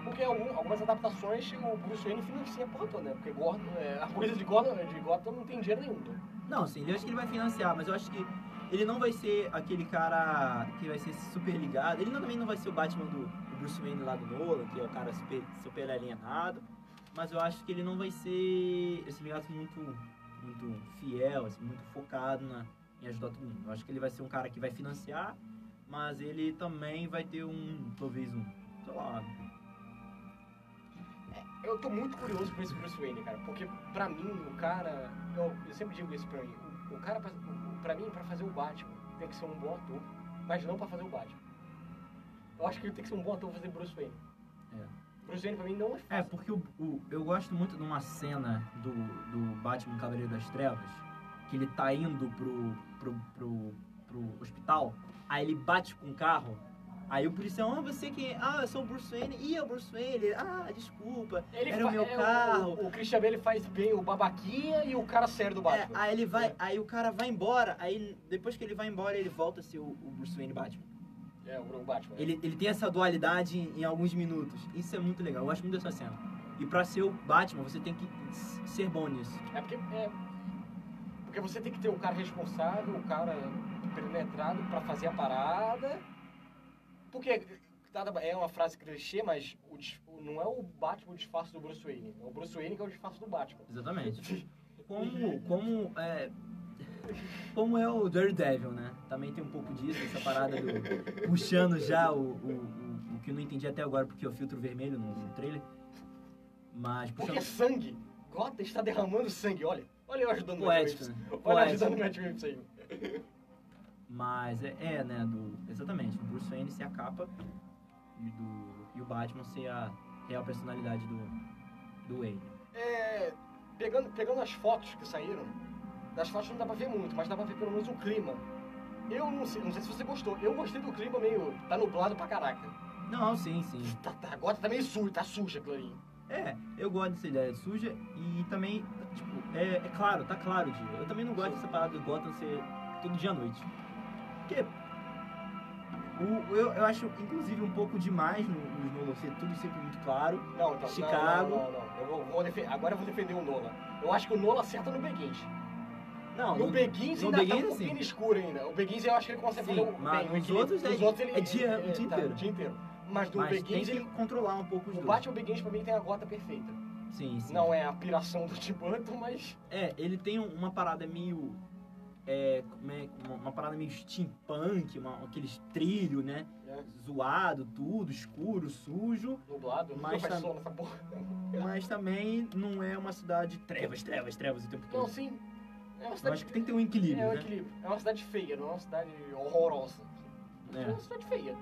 porque algum- algumas adaptações o Bruce Wayne financia a porra toda, né? Porque Gordon, é, a polícia de Gordon, de Gotham não tem dinheiro nenhum. né? Não, sim, eu acho que ele vai financiar, mas eu acho que ele não vai ser aquele cara que vai ser super ligado. Ele não- também não vai ser o Batman do do Bruce Wayne lá do Nolan, que é o cara super, super alienado. Mas eu acho que ele não vai ser esse ligado muito, muito fiel, assim, muito focado na- em ajudar todo mundo. Eu acho que ele vai ser um cara que vai financiar, mas ele também vai ter um, talvez um, sei lá, Eu tô muito curioso por esse Bruce Wayne, cara, porque pra mim, o cara. Eu, eu sempre digo isso pra mim. O, o cara, pra, o- pra mim, pra fazer o Batman, tem que ser um bom ator, mas não pra fazer o Batman. Eu acho que ele tem que ser um bom ator pra fazer Bruce Wayne. É. Bruce Wayne pra mim não é fácil. É, porque o, o- eu gosto muito de uma cena do, do Batman Cavaleiro das Trevas, que ele tá indo pro, pro, pro, pro hospital, aí ele bate com o carro, aí o policial, ah, você quem? é? Ah, eu sou o Bruce Wayne, ih, é o Bruce Wayne, Ele, ah, desculpa. Ele Era o fa- meu é, carro. O, o Christian Bale ele faz bem o babaquinha e o cara sério do É, Batman. aí ele vai, É. aí o cara vai embora, aí depois que ele vai embora, ele volta a ser o, o Bruce Wayne Batman. É, o o Batman. Ele, ele tem essa dualidade em, em alguns minutos. Isso é muito legal, eu gosto muito dessa cena. E pra ser o Batman, você tem que s- ser bom nisso. É porque, é, porque você tem que ter o cara responsável, o cara penetrado pra fazer a parada. Porque nada- é uma frase clichê, mas o dis- o- não é o Batman o disfarce do Bruce Wayne. É o Bruce Wayne que é o disfarce do Batman. Exatamente. Como, como é, como é o Daredevil, né? Também tem um pouco disso, essa parada do puxando já o, o, o, o que eu não entendi até agora porque é o filtro vermelho no, no trailer. Mas Porque é puxando um sangue. Gota está derramando sangue, olha. Olha eu ajudando o Matt poético, Reeves. né? Olha eu Poético. ajudando o Matt Reeves aí. Mas é, é, né, do exatamente, o Bruce Wayne ser a capa e do e o Batman ser a real personalidade do do Wayne. É, pegando, pegando as fotos que saíram, das fotos não dá pra ver muito, mas dá pra ver pelo menos o clima. Eu não sei, não sei se você gostou. Eu gostei do clima meio. Tá nublado pra caraca. Não, sim, sim. Tá, tá, agora tá meio sujo, tá suja, Clarinho. É, eu gosto dessa ideia de suja e também, tipo, é, é claro, tá claro o dia. Eu também não gosto dessa parada do Gotham ser todo dia à noite. Porque o, eu, eu acho, inclusive, um pouco demais no- nos Nolan ser tudo sempre muito claro. Não, então. Chicago. Não, não, não. não. Eu vou, vou defe- agora eu vou defender o Nola. Eu acho que o Nola acerta no Beguins. Não, No no- Beguins no ainda tá um Begins, pouquinho sim. escuro ainda. O Beguins eu acho que ele consegue Sim, fazer o mas bem, o nos equilíbrio. outros é- Nos outros ele. é dia- o dia tá, inteiro. O dia inteiro. Mas no mas tem Beguins que ele. controlar um pouco os O dois. Batman Beguins pra mim tem a gota perfeita. Sim, sim. Não é a piração do Tim Burton, mas. É, ele tem um- uma parada meio. É, como é- uma, uma parada meio steampunk, uma, aqueles trilhos, né? né, Zoado, tudo, escuro, sujo. nublado, Mas não faz tá- sol nessa porra. Mas também não é uma cidade trevas, trevas, trevas o tempo Não, todo. sim. É uma Eu cidade. acho que tem que ter um é equilíbrio, um né? equilíbrio. É uma cidade feia, não é uma cidade horrorosa. É É. uma cidade feia.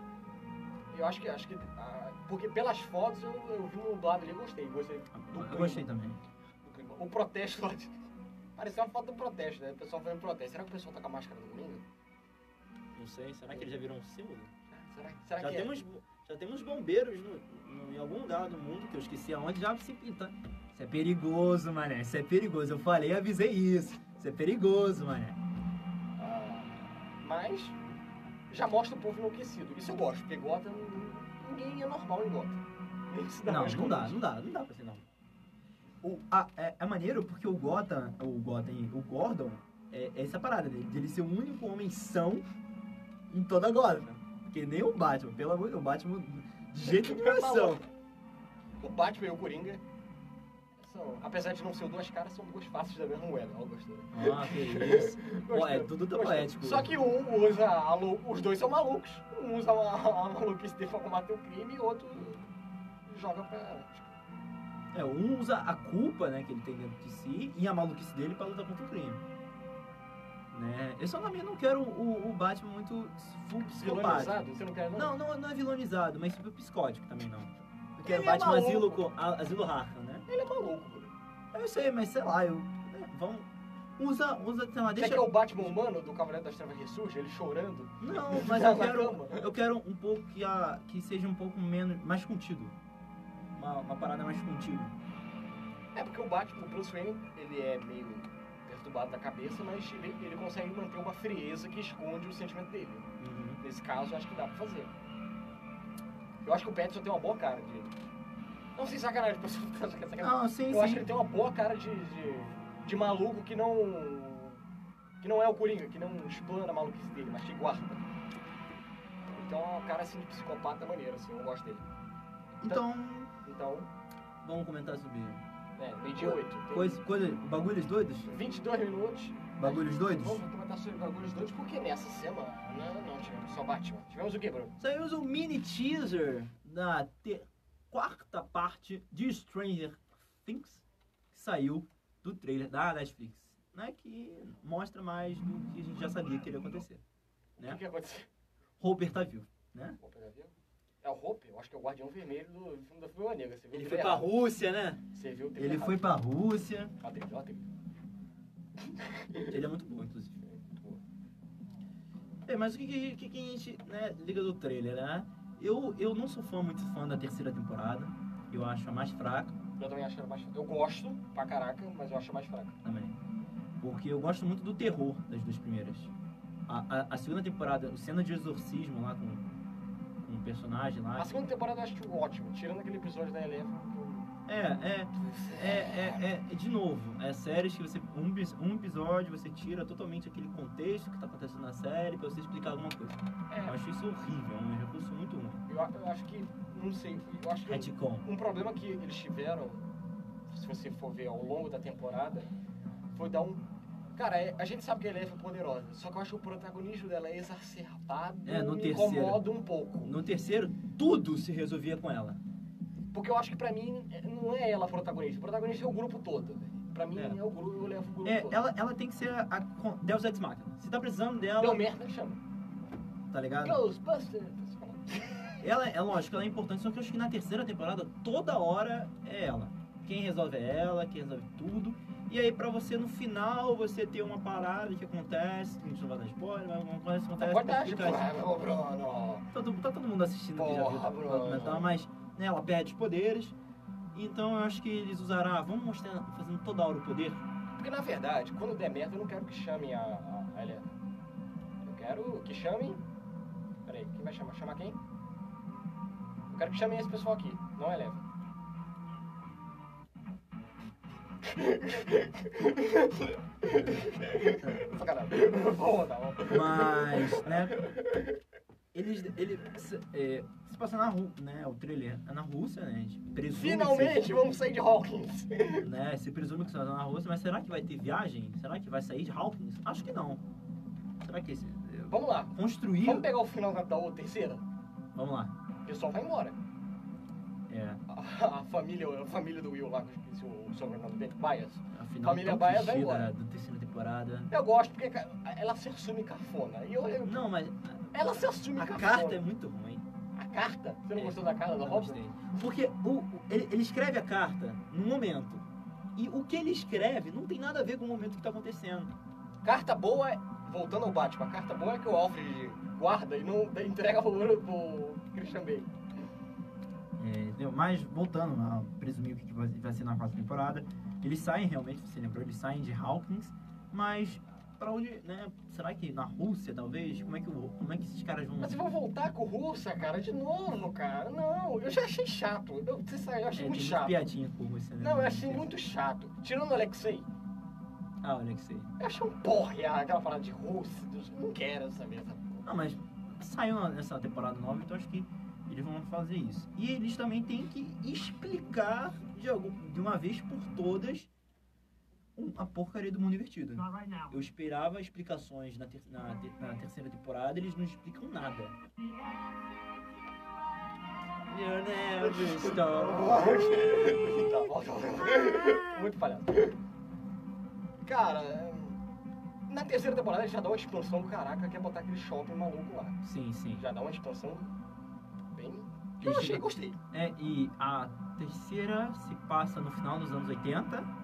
Eu acho que. Acho que ah, porque pelas fotos eu, eu vi um nublado ali e gostei. Gostei do clima. Eu gostei também. do clima. O protesto lá. de- Parecia uma foto do protesto, né? O pessoal fazendo protesto. Será que o pessoal tá com a máscara no domingo? Não sei, será que eles já viram um símbolo? Será, será Já que é? temos, já temos bombeiros no, no- em algum lugar do mundo, que eu esqueci aonde, já se pintando. Isso é perigoso, mané. Isso é perigoso. Eu falei e avisei isso. Isso é perigoso, mané. Ah, mas já mostra o povo enlouquecido. Isso eu gosto, porque Gota ninguém é normal em Gota. Nem se dá Não, mais não com dá, isso. não dá, não dá pra ser não. O, a- é, é maneiro porque o Gotham, o Gotham, o Gordon, é, é essa parada dele, dele ser o único homem são em toda Gotham. Porque nem o Batman, pelo amor de Deus, o Batman de jeito nenhum é são. O Batman e o Coringa são, apesar de não ser duas caras, são duas faces da mesma moeda. Ó, gostei. Ah, que isso. Pô, é Gostei. tudo tão Gostei. poético. Só que um usa a lou- os dois são malucos. Um usa a, a maluquice dele pra combater o crime e o outro joga pra. É, um usa a culpa, né, que ele tem dentro de si e a maluquice dele pra lutar contra o crime. Né? Eu só também não quero o, o Batman muito full psicopata. Vilanizado? Você não quer, Não, não? não, não é vilonizado, mas super psicótico também não. Eu quero Ele é Batman maluco. Asilo, co- a- Asilo Arkham, né? Ele é maluco. Bruno. Eu sei, mas sei lá, eu. né, Vamos. Usa, usa, sei lá, Você deixa. quer o Batman humano do Cavaleiro das Trevas ressurge, ele chorando? Não, mas eu Na quero. cama? Eu quero um pouco que, a, que seja um pouco menos. mais contido. Uma, uma parada mais contida. É porque o Batman, o Bruce Wayne, ele é meio perturbado da cabeça, mas ele, ele consegue manter uma frieza que esconde o sentimento dele. Uhum. Nesse caso, eu acho que dá pra fazer. Eu acho que o Pattinson tem uma boa cara de, Não sei, é sacanagem, pessoal. tá Sacanagem. Não, Ah, sim, Eu sim. acho que ele tem uma boa cara de, de, de maluco que não. que não é o Coringa, que não explana a maluquice dele, mas que guarda. Então é um cara assim de psicopata maneiro, assim, eu gosto dele. tá. Então, Então, vamos comentar sobre é, meio dia 8. Tem coisa, coisa, bagulhos doidos? 22 minutos. Bagulhos doidos? Vamos comentar sobre bagulhos doidos, porque nessa semana não, não tivemos só Batman. Tivemos o quê, Bruno? Saímos um mini teaser da te- quarta parte de Stranger Things que saiu do trailer da Netflix, né? Que mostra mais do que a gente já sabia que iria acontecer. O Né? que, que aconteceu? Robert tá vivo, né? Roupa da Vila? É o Hope? Eu acho que é o Guardião Vermelho do filme da Viúva Negra. Você viu Ele o foi trailer pra errado. Rússia, né? Você viu o trailer Ele errado. foi pra Rússia. Ó, a trilha, ó, a trilha. Ele é muito bom, inclusive. Muito boa. É, mas o que, que, que- que a gente né, liga do trailer, né? Eu, eu não sou fã, muito fã da terceira temporada. Eu acho a mais fraca Eu também acho ela mais fraca. Eu gosto pra caraca, mas eu acho mais fraca. também. Porque eu gosto muito do terror das duas primeiras. A, a, a segunda temporada, o cena de exorcismo lá com, com o personagem lá. A segunda temporada eu acho ótimo, tirando aquele episódio da Eleven. que É, é, eu- é, é, é, de novo, é séries que você, um, bis- um episódio você tira totalmente aquele contexto que tá acontecendo na série pra você explicar alguma coisa. Eu É, acho isso horrível, é um recurso muito ruim. eu, a- eu acho que, não sei, eu acho que Retcon. um problema que eles tiveram, se você for ver ao longo da temporada, foi dar um... Cara, é- a gente sabe que a Eleven é poderosa, só que eu acho que o protagonismo dela é exacerbado É, no me terceiro. incomoda um pouco. No terceiro, tudo se resolvia com ela. Porque eu acho que pra mim é- não é ela a protagonista, o protagonista é o grupo todo. Pra mim É. é, o grupo, eu levo o grupo É, todo. ela, ela tem que ser a, a con- Deus Ex Machina. Você tá precisando dela, Deu merda, é chama. tá ligado? Ghostbusters! Ela, é lógico, ela é importante, só que eu acho que na terceira temporada, toda hora é ela. Quem resolve é ela, quem resolve tudo. E aí, pra você, no final, você ter uma parada que acontece, que a gente não vai dar spoiler, mas alguma coisa acontece. pra Abordagem, explicar isso. porra, Ah, ô Bruno! Todo, tá todo mundo assistindo que já viu, tá, Porra, pra comentar, Bruno. mas né, ela perde os poderes. Então eu acho que eles usarão, ah, vamos mostrar ela fazendo toda hora o poder. Porque na verdade, quando der merda, eu não quero que chamem a, a- a Helena. Eu quero que chamem. Peraí, quem vai chamar? Chamar quem? Eu quero que chamem esse pessoal aqui, não a Eleven. Sacanagem. Vou rodar, vou rodar. Mas, né? Eles. Ele, se, é, se passa na Rússia, né? O trailer é na Rússia, né? A gente presume. que Finalmente seja- vamos sair de Hawkins! Né, se presume que seja na Rússia, mas será que vai ter viagem? Será que vai sair de Hawkins? Acho que não. Será que esse. eh, Vamos lá, Construir. vamos pegar o final da outra terceira? Vamos lá. O pessoal vai embora. É. A, a família, a família do Will lá, que eu esqueci o sobrenome dele, Bias. Afinal, Família Baia é vai embora. da terceira temporada. Eu gosto porque cara, ela se assume cafona. E eu, eu- Não, mas ela se assume a, a cafona. carta é muito ruim. A carta? Você não É. gostou da carta da Não Robin? gostei. Porque o, o- ele, ele escreve a carta no momento. E o que ele escreve não tem nada a ver com o momento que tá acontecendo. Carta boa é. Voltando ao Batman, a carta boa é que o Alfred guarda e não dá- entrega pro, pro Christian Bale. É, entendeu? mas voltando a presumir o que que vai vai ser na quarta temporada, eles saem realmente, você lembrou, eles saem de Hawkins, mas pra onde, né? Será que na Rússia, talvez? Como é que, o- como é que esses caras vão. Mas vão voltar com o Russa, cara, de novo, cara. Não, eu já achei chato. Eu, você sabe, eu É, achei tem muito muita chato. piadinha com Rússia, né? Não, eu achei muito chato. Tirando o Alexei, Ah, olha que sei. eu achei um porre aquela parada de Russa. Eu não quero saber essa porra. Não, mas saiu na- nessa temporada nova, então acho que eles vão fazer isso. E eles também têm que explicar de, algum, de uma vez por todas um- a porcaria do mundo invertido. Not right now. Eu esperava explicações na, ter- na ter- na terceira temporada, eles não explicam nada. You never stop. tá, volta, volta. Muito palhaço. Cara, na terceira temporada ele já dá uma expansão do caraca, quer botar aquele shopping maluco lá. Sim, sim. Já dá uma expansão bem. que Eu achei, gostei. É, e a terceira se passa no final dos anos 80.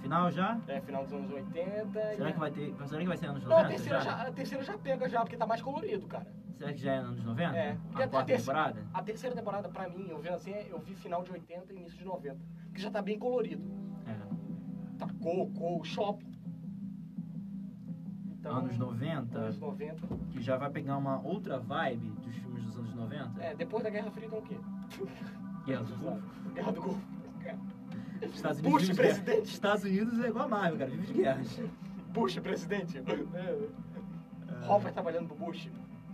Final já? É final dos anos 80. Será e- que vai ter. Será que vai ser anos Não, a 90? terceira, já, a terceira já pega já, porque tá mais colorido, cara. Será que já é anos 90? É, porque A a quarta terceira- temporada? A terceira temporada, pra mim, eu vendo assim, eu vi final de 80 e início de 90. Que já tá bem colorido. É. Tá coco, shopping. Então, Anos 90, Anos 90. que já vai pegar uma outra vibe dos filmes dos anos 90. É, depois da Guerra Fria, então o quê? Guerra do Golfo. Guerra do Golfo. Estados Unidos Bush vive de guerra. presidente. Estados Unidos é igual a Marvel, cara, vive de guerras. Bush presidente. É. É, Robert trabalhando pro Bush.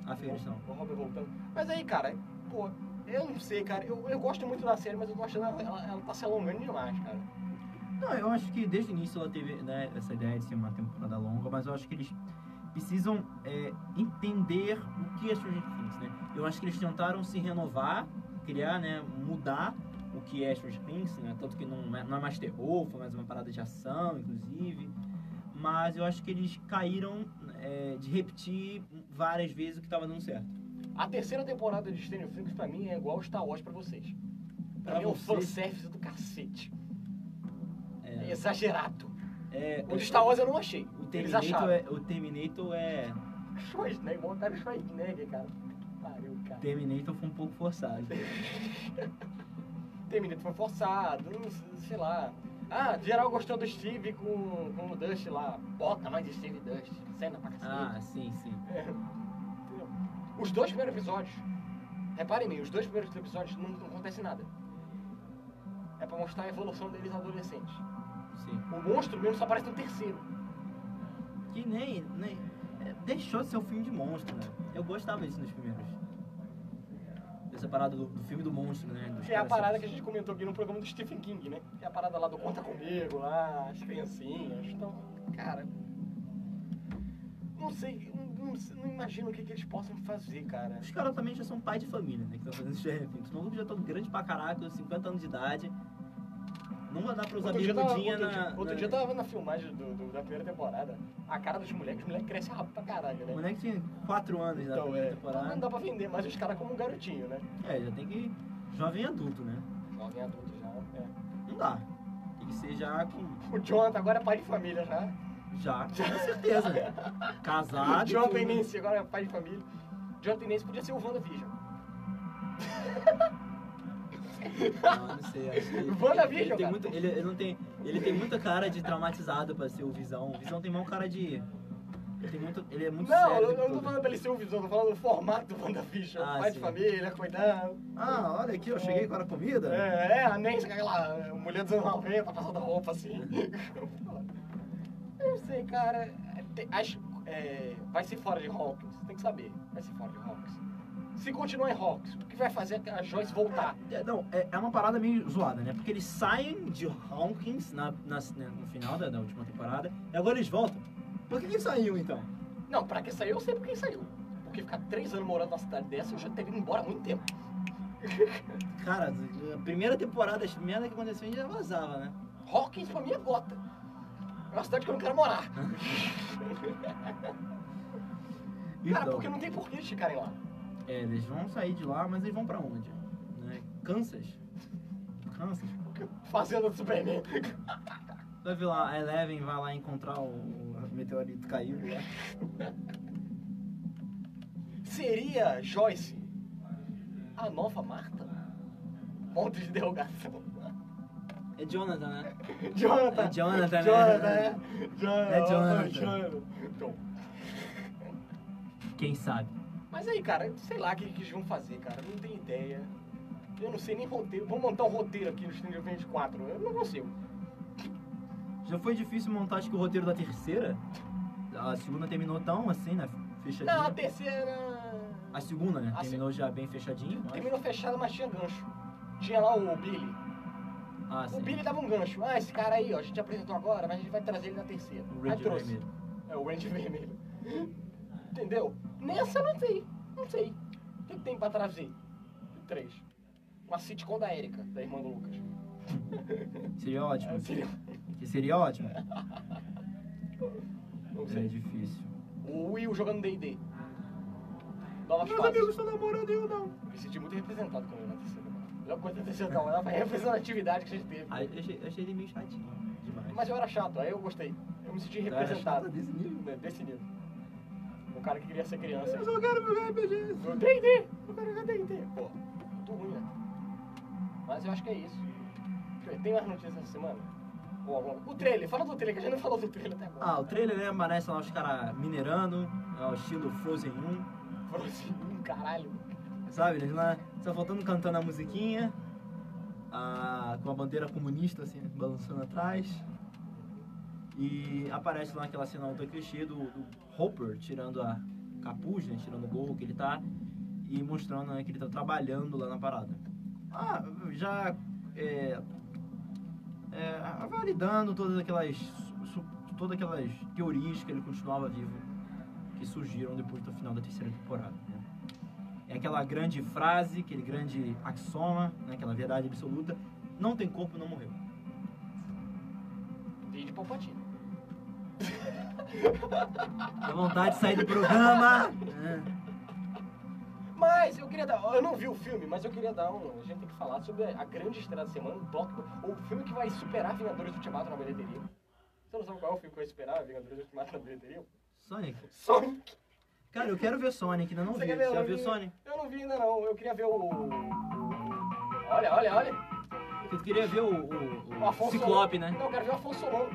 Afeganistão. O Robert voltando. Mas aí, cara, pô, eu não sei, cara. Eu, eu gosto muito da série, mas eu tô achando ela, ela, ela tá se alongando demais, cara. Não, eu acho que desde o início ela teve né, essa ideia de ser uma temporada longa, mas eu acho que eles precisam é, entender o que é Stranger Things, né? Eu acho que eles tentaram se renovar, criar, né, mudar o que é Stranger Things, né? Tanto que não é, não é mais terror, foi mais uma parada de ação, inclusive. Mas eu acho que eles caíram é, de repetir várias vezes o que estava dando certo. A terceira temporada de Stranger Things pra mim é igual Star Wars pra vocês. Pra, Pra mim é um vocês? fanservice do cacete. É É, exagerado. é, O do Star Wars eu não achei. o Eles Terminator acharam. é, o Terminator é Schwarzenegger, botaram o Schwarzenegger, cara. Pariu, cara. Terminator foi um pouco forçado. Terminator foi forçado, não sei lá. Ah, geral gostou do Steve com, com o Dust lá. Bota mais Steve e Dust. Cena pra cacete. Ah, sim, sim. Os dois primeiros episódios, reparem em mim, os dois primeiros episódios não, não acontece nada. É pra mostrar a evolução deles adolescentes. Sim. O monstro mesmo só aparece no terceiro. Que nem. nem é, deixou de ser o filme de monstro, né? Eu gostava disso nos primeiros. Dessa parada do, do filme do monstro, né? Dos Que é a caras parada que se- a gente comentou aqui no programa do Stephen King, né? Que é a parada lá do Conta Comigo, lá, as criancinhas. Então, cara. Não sei, não, não sei- não imagino o que, que eles possam fazer, cara. Os caras também já são pai de família, né? Que estão fazendo isso de repente. Os malucos já estão grandes pra caraca, 50 anos de idade. Não vai dar pra usar Outro dia, eu tava, bermudinha outro, na. dia, outro na... dia eu tava vendo a filmagem do- do- da primeira temporada. A cara dos moleques, os moleques crescem rápido pra caralho, O né? moleque tinha 4 anos na Então, primeira é. Então não temporada. dá pra vender mais os caras como um garotinho, né? É, já tem que. Jovem adulto, né? Jovem adulto já. É. Não dá. Tem que ser já com. O Jonathan agora é pai de família já. Já, com certeza, né? Casado. o Jonathan tudo. Inense agora é pai de família. Jonathan Inense podia ser o WandaVision. Não, não sei, acho que ele, WandaVision, ele tem cara. muito, ele, ele não tem, ele tem muita cara de traumatizado pra ser o Visão. O Visão tem mão cara de ele tem muito, ele é muito não, sério. eu, o tempo eu não tô todo. falando pra ele ser o Visão, eu tô falando do formato do WandaVision. Ah, pai sim. de família, cuidado. Ah, olha aqui, eu cheguei com a comida. É, é, a Nancy com aquela mulher dos anos 90, passando roupa assim. Eu não sei, cara. Tem- Acho, é, vai ser fora de Hawkins, tem que saber. Vai ser fora de Hawkins. Se continuar em Hawkins, o que vai fazer é a Joyce voltar? É, Não, é, é uma parada meio zoada, né? Porque eles saem de Hawkins na, na- né, no final da, da última temporada e agora eles voltam. Por que que saiu então? Não, pra que saiu, eu sei por que saiu. Porque ficar três anos morando numa cidade dessa, eu já teria ido embora há muito tempo. Cara, a primeira temporada, as merda que aconteceu, a gente já vazava, né? Hawkins pra mim é gota. É uma cidade que eu não quero morar. Então. Cara, porque não tem porquê eles ficarem lá. É, eles vão sair de lá, mas eles vão pra onde? Né? Kansas? Kansas? Fazenda do Superman. Vai ver lá, a Eleven vai lá encontrar o, o meteorito caído lá. Seria Joyce a nova Marta? Ponto de interrogação. É Jonathan, né? Jonathan. É Jonathan, né? Jonathan, né? Jonathan. É Jonathan. Então, Quem sabe? mas aí, cara, sei lá o que que eles vão fazer, cara. Não tenho ideia. Eu não sei nem roteiro. Vamos montar um roteiro aqui no Stranger Things 4. Eu não consigo. Já foi difícil montar, acho que o roteiro da terceira. A segunda terminou tão assim, né? Fechadinha. Não, a terceira... A segunda, né? A se- terminou já bem fechadinho. mas- Terminou fechada, mas tinha gancho. Tinha lá o Billy. Ah, sim. O Billy dava um gancho. Ah, esse cara aí, ó, a gente apresentou agora, mas a gente vai trazer ele na terceira. O aí Red trouxe. Vermelho. É o Range Vermelho. Entendeu? Nessa eu não sei. Não sei. O que, que tem pra trazer? Três. Uma sitcom da Erika, da irmã do Lucas. Seria ótimo. É, seria- É, Que Seria ótimo. Não É sei. difícil. O Will jogando D&D. Novas Meus fases. amigos estão namorando eu não. Me senti muito representado quando eu era na terceira. Melhor coisa da terceira é temporada foi a representatividade que a gente teve. Aí Ah, eu achei, eu achei ele meio chatinho. Demais. Mas eu era chato, aí eu gostei. Eu me senti Cara, representado. Então chato desse nível. né, Desse nível. O cara que queria ser criança. Eu só quero jogar RPG. No D&D! O cara joga D&D, pô. Muito ruim, né? Mas eu acho que é isso. Deixa eu ver, Tem mais notícias essa semana? Ou alguma- O trailer, fala do trailer, que a gente não falou do trailer até agora. Ah, o trailer, né? Aparece lá os caras minerando, ao estilo Frozen 1, Falou assim, hum, caralho. sabe? Eles lá só faltando cantando a musiquinha. ah, com a bandeira comunista assim, balançando atrás. E aparece lá aquela cena ultra clichê do, do Hopper tirando a capuz, né, tirando o gorro que ele tá e mostrando né, que ele tá trabalhando lá na parada. Ah, já é, é, validando todas aquelas, su- todas aquelas teorias que ele continuava vivo que surgiram depois do final da terceira temporada. né? É aquela grande frase, aquele grande axoma, né, aquela verdade absoluta: não tem corpo, não morreu. Vide Palpatine. Dá vontade de sair do programa! né? Mas eu queria dar. Eu não vi o filme, mas eu queria dar um. A gente tem que falar sobre a grande estreia da semana, o Blockbuster. O filme que vai superar Vingadores Ultimato na bilheteria. Você não sabe qual é o filme que vai superar Vingadores Ultimato na bilheteria? um Sonic. Sonic. Cara, eu quero ver Sonic, ainda não Você vi. quer ver? Você já Eu viu vi. Sonic? Eu não vi ainda não. Eu queria ver o. Olha, olha, olha. Eu queria ver o, O o, o Afonso Ciclope, Solon. né? Não, eu quero ver o Afonso Solon.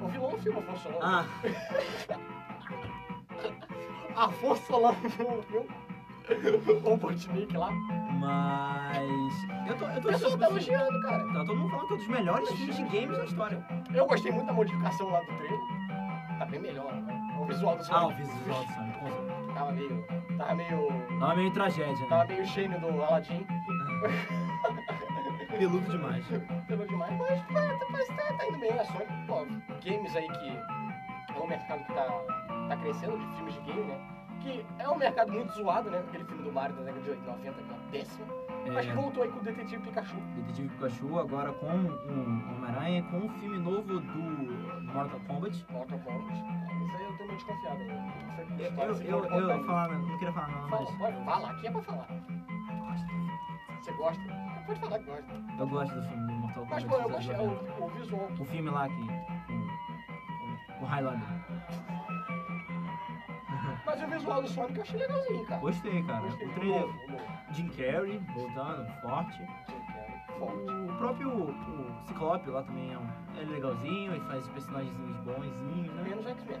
O vilão do um filme, Afonso Solon. Ah, Afonso Solon no filme. O Botnik lá. mas. Eu tô, eu tô O pessoal tá surpreso. elogiando, cara. Tá todo mundo falando que é um dos melhores filmes de games da história. Eu gostei muito da modificação lá do trailer. Tá bem melhor, né? O visual do Ah, o Sonic. visual do Sonic, com certeza. Tava meio. Tava meio. Tava meio tragédia, né? Tava meio cheio do Aladdin. Peludo demais. Pelo demais. Mas, tá, tá- mas tá, tá indo bem, né? Sonic, pô, games aí que é um mercado que tá, tá crescendo, de filmes de game, né? Que é um mercado muito zoado, né? Aquele filme do Mario da década de 80, 90, que é uma péssima. Mas que É, voltou aí com o Detetive Pikachu. Detetive Pikachu agora com o Homem-Aranha, com o filme novo do Mortal Kombat. Mortal Kombat. Isso aí eu tô meio desconfiado ainda. Isso aqui, Eu, história, eu, assim, eu, Mortal eu, Kombat. falar, não queria falar não, Fala, mas pode, fala, aqui é pra falar. Você gosta? Pode falar que gosta. eu gosto do filme do Mortal Mas, Kombat. pô, eu vocês gostei. adoram. O, o visual. O filme lá que. com- Com Highlander. Mas o visual do Sonic eu achei legalzinho, cara. Gostei, cara. Gostei. O O trailer. novo, o novo. Jim Carrey voltando, forte. Jim Carrey, Forte. O próprio o Ciclope lá também é, um, é legalzinho, ele faz personagens bonzinhos, né? Menos X-Men.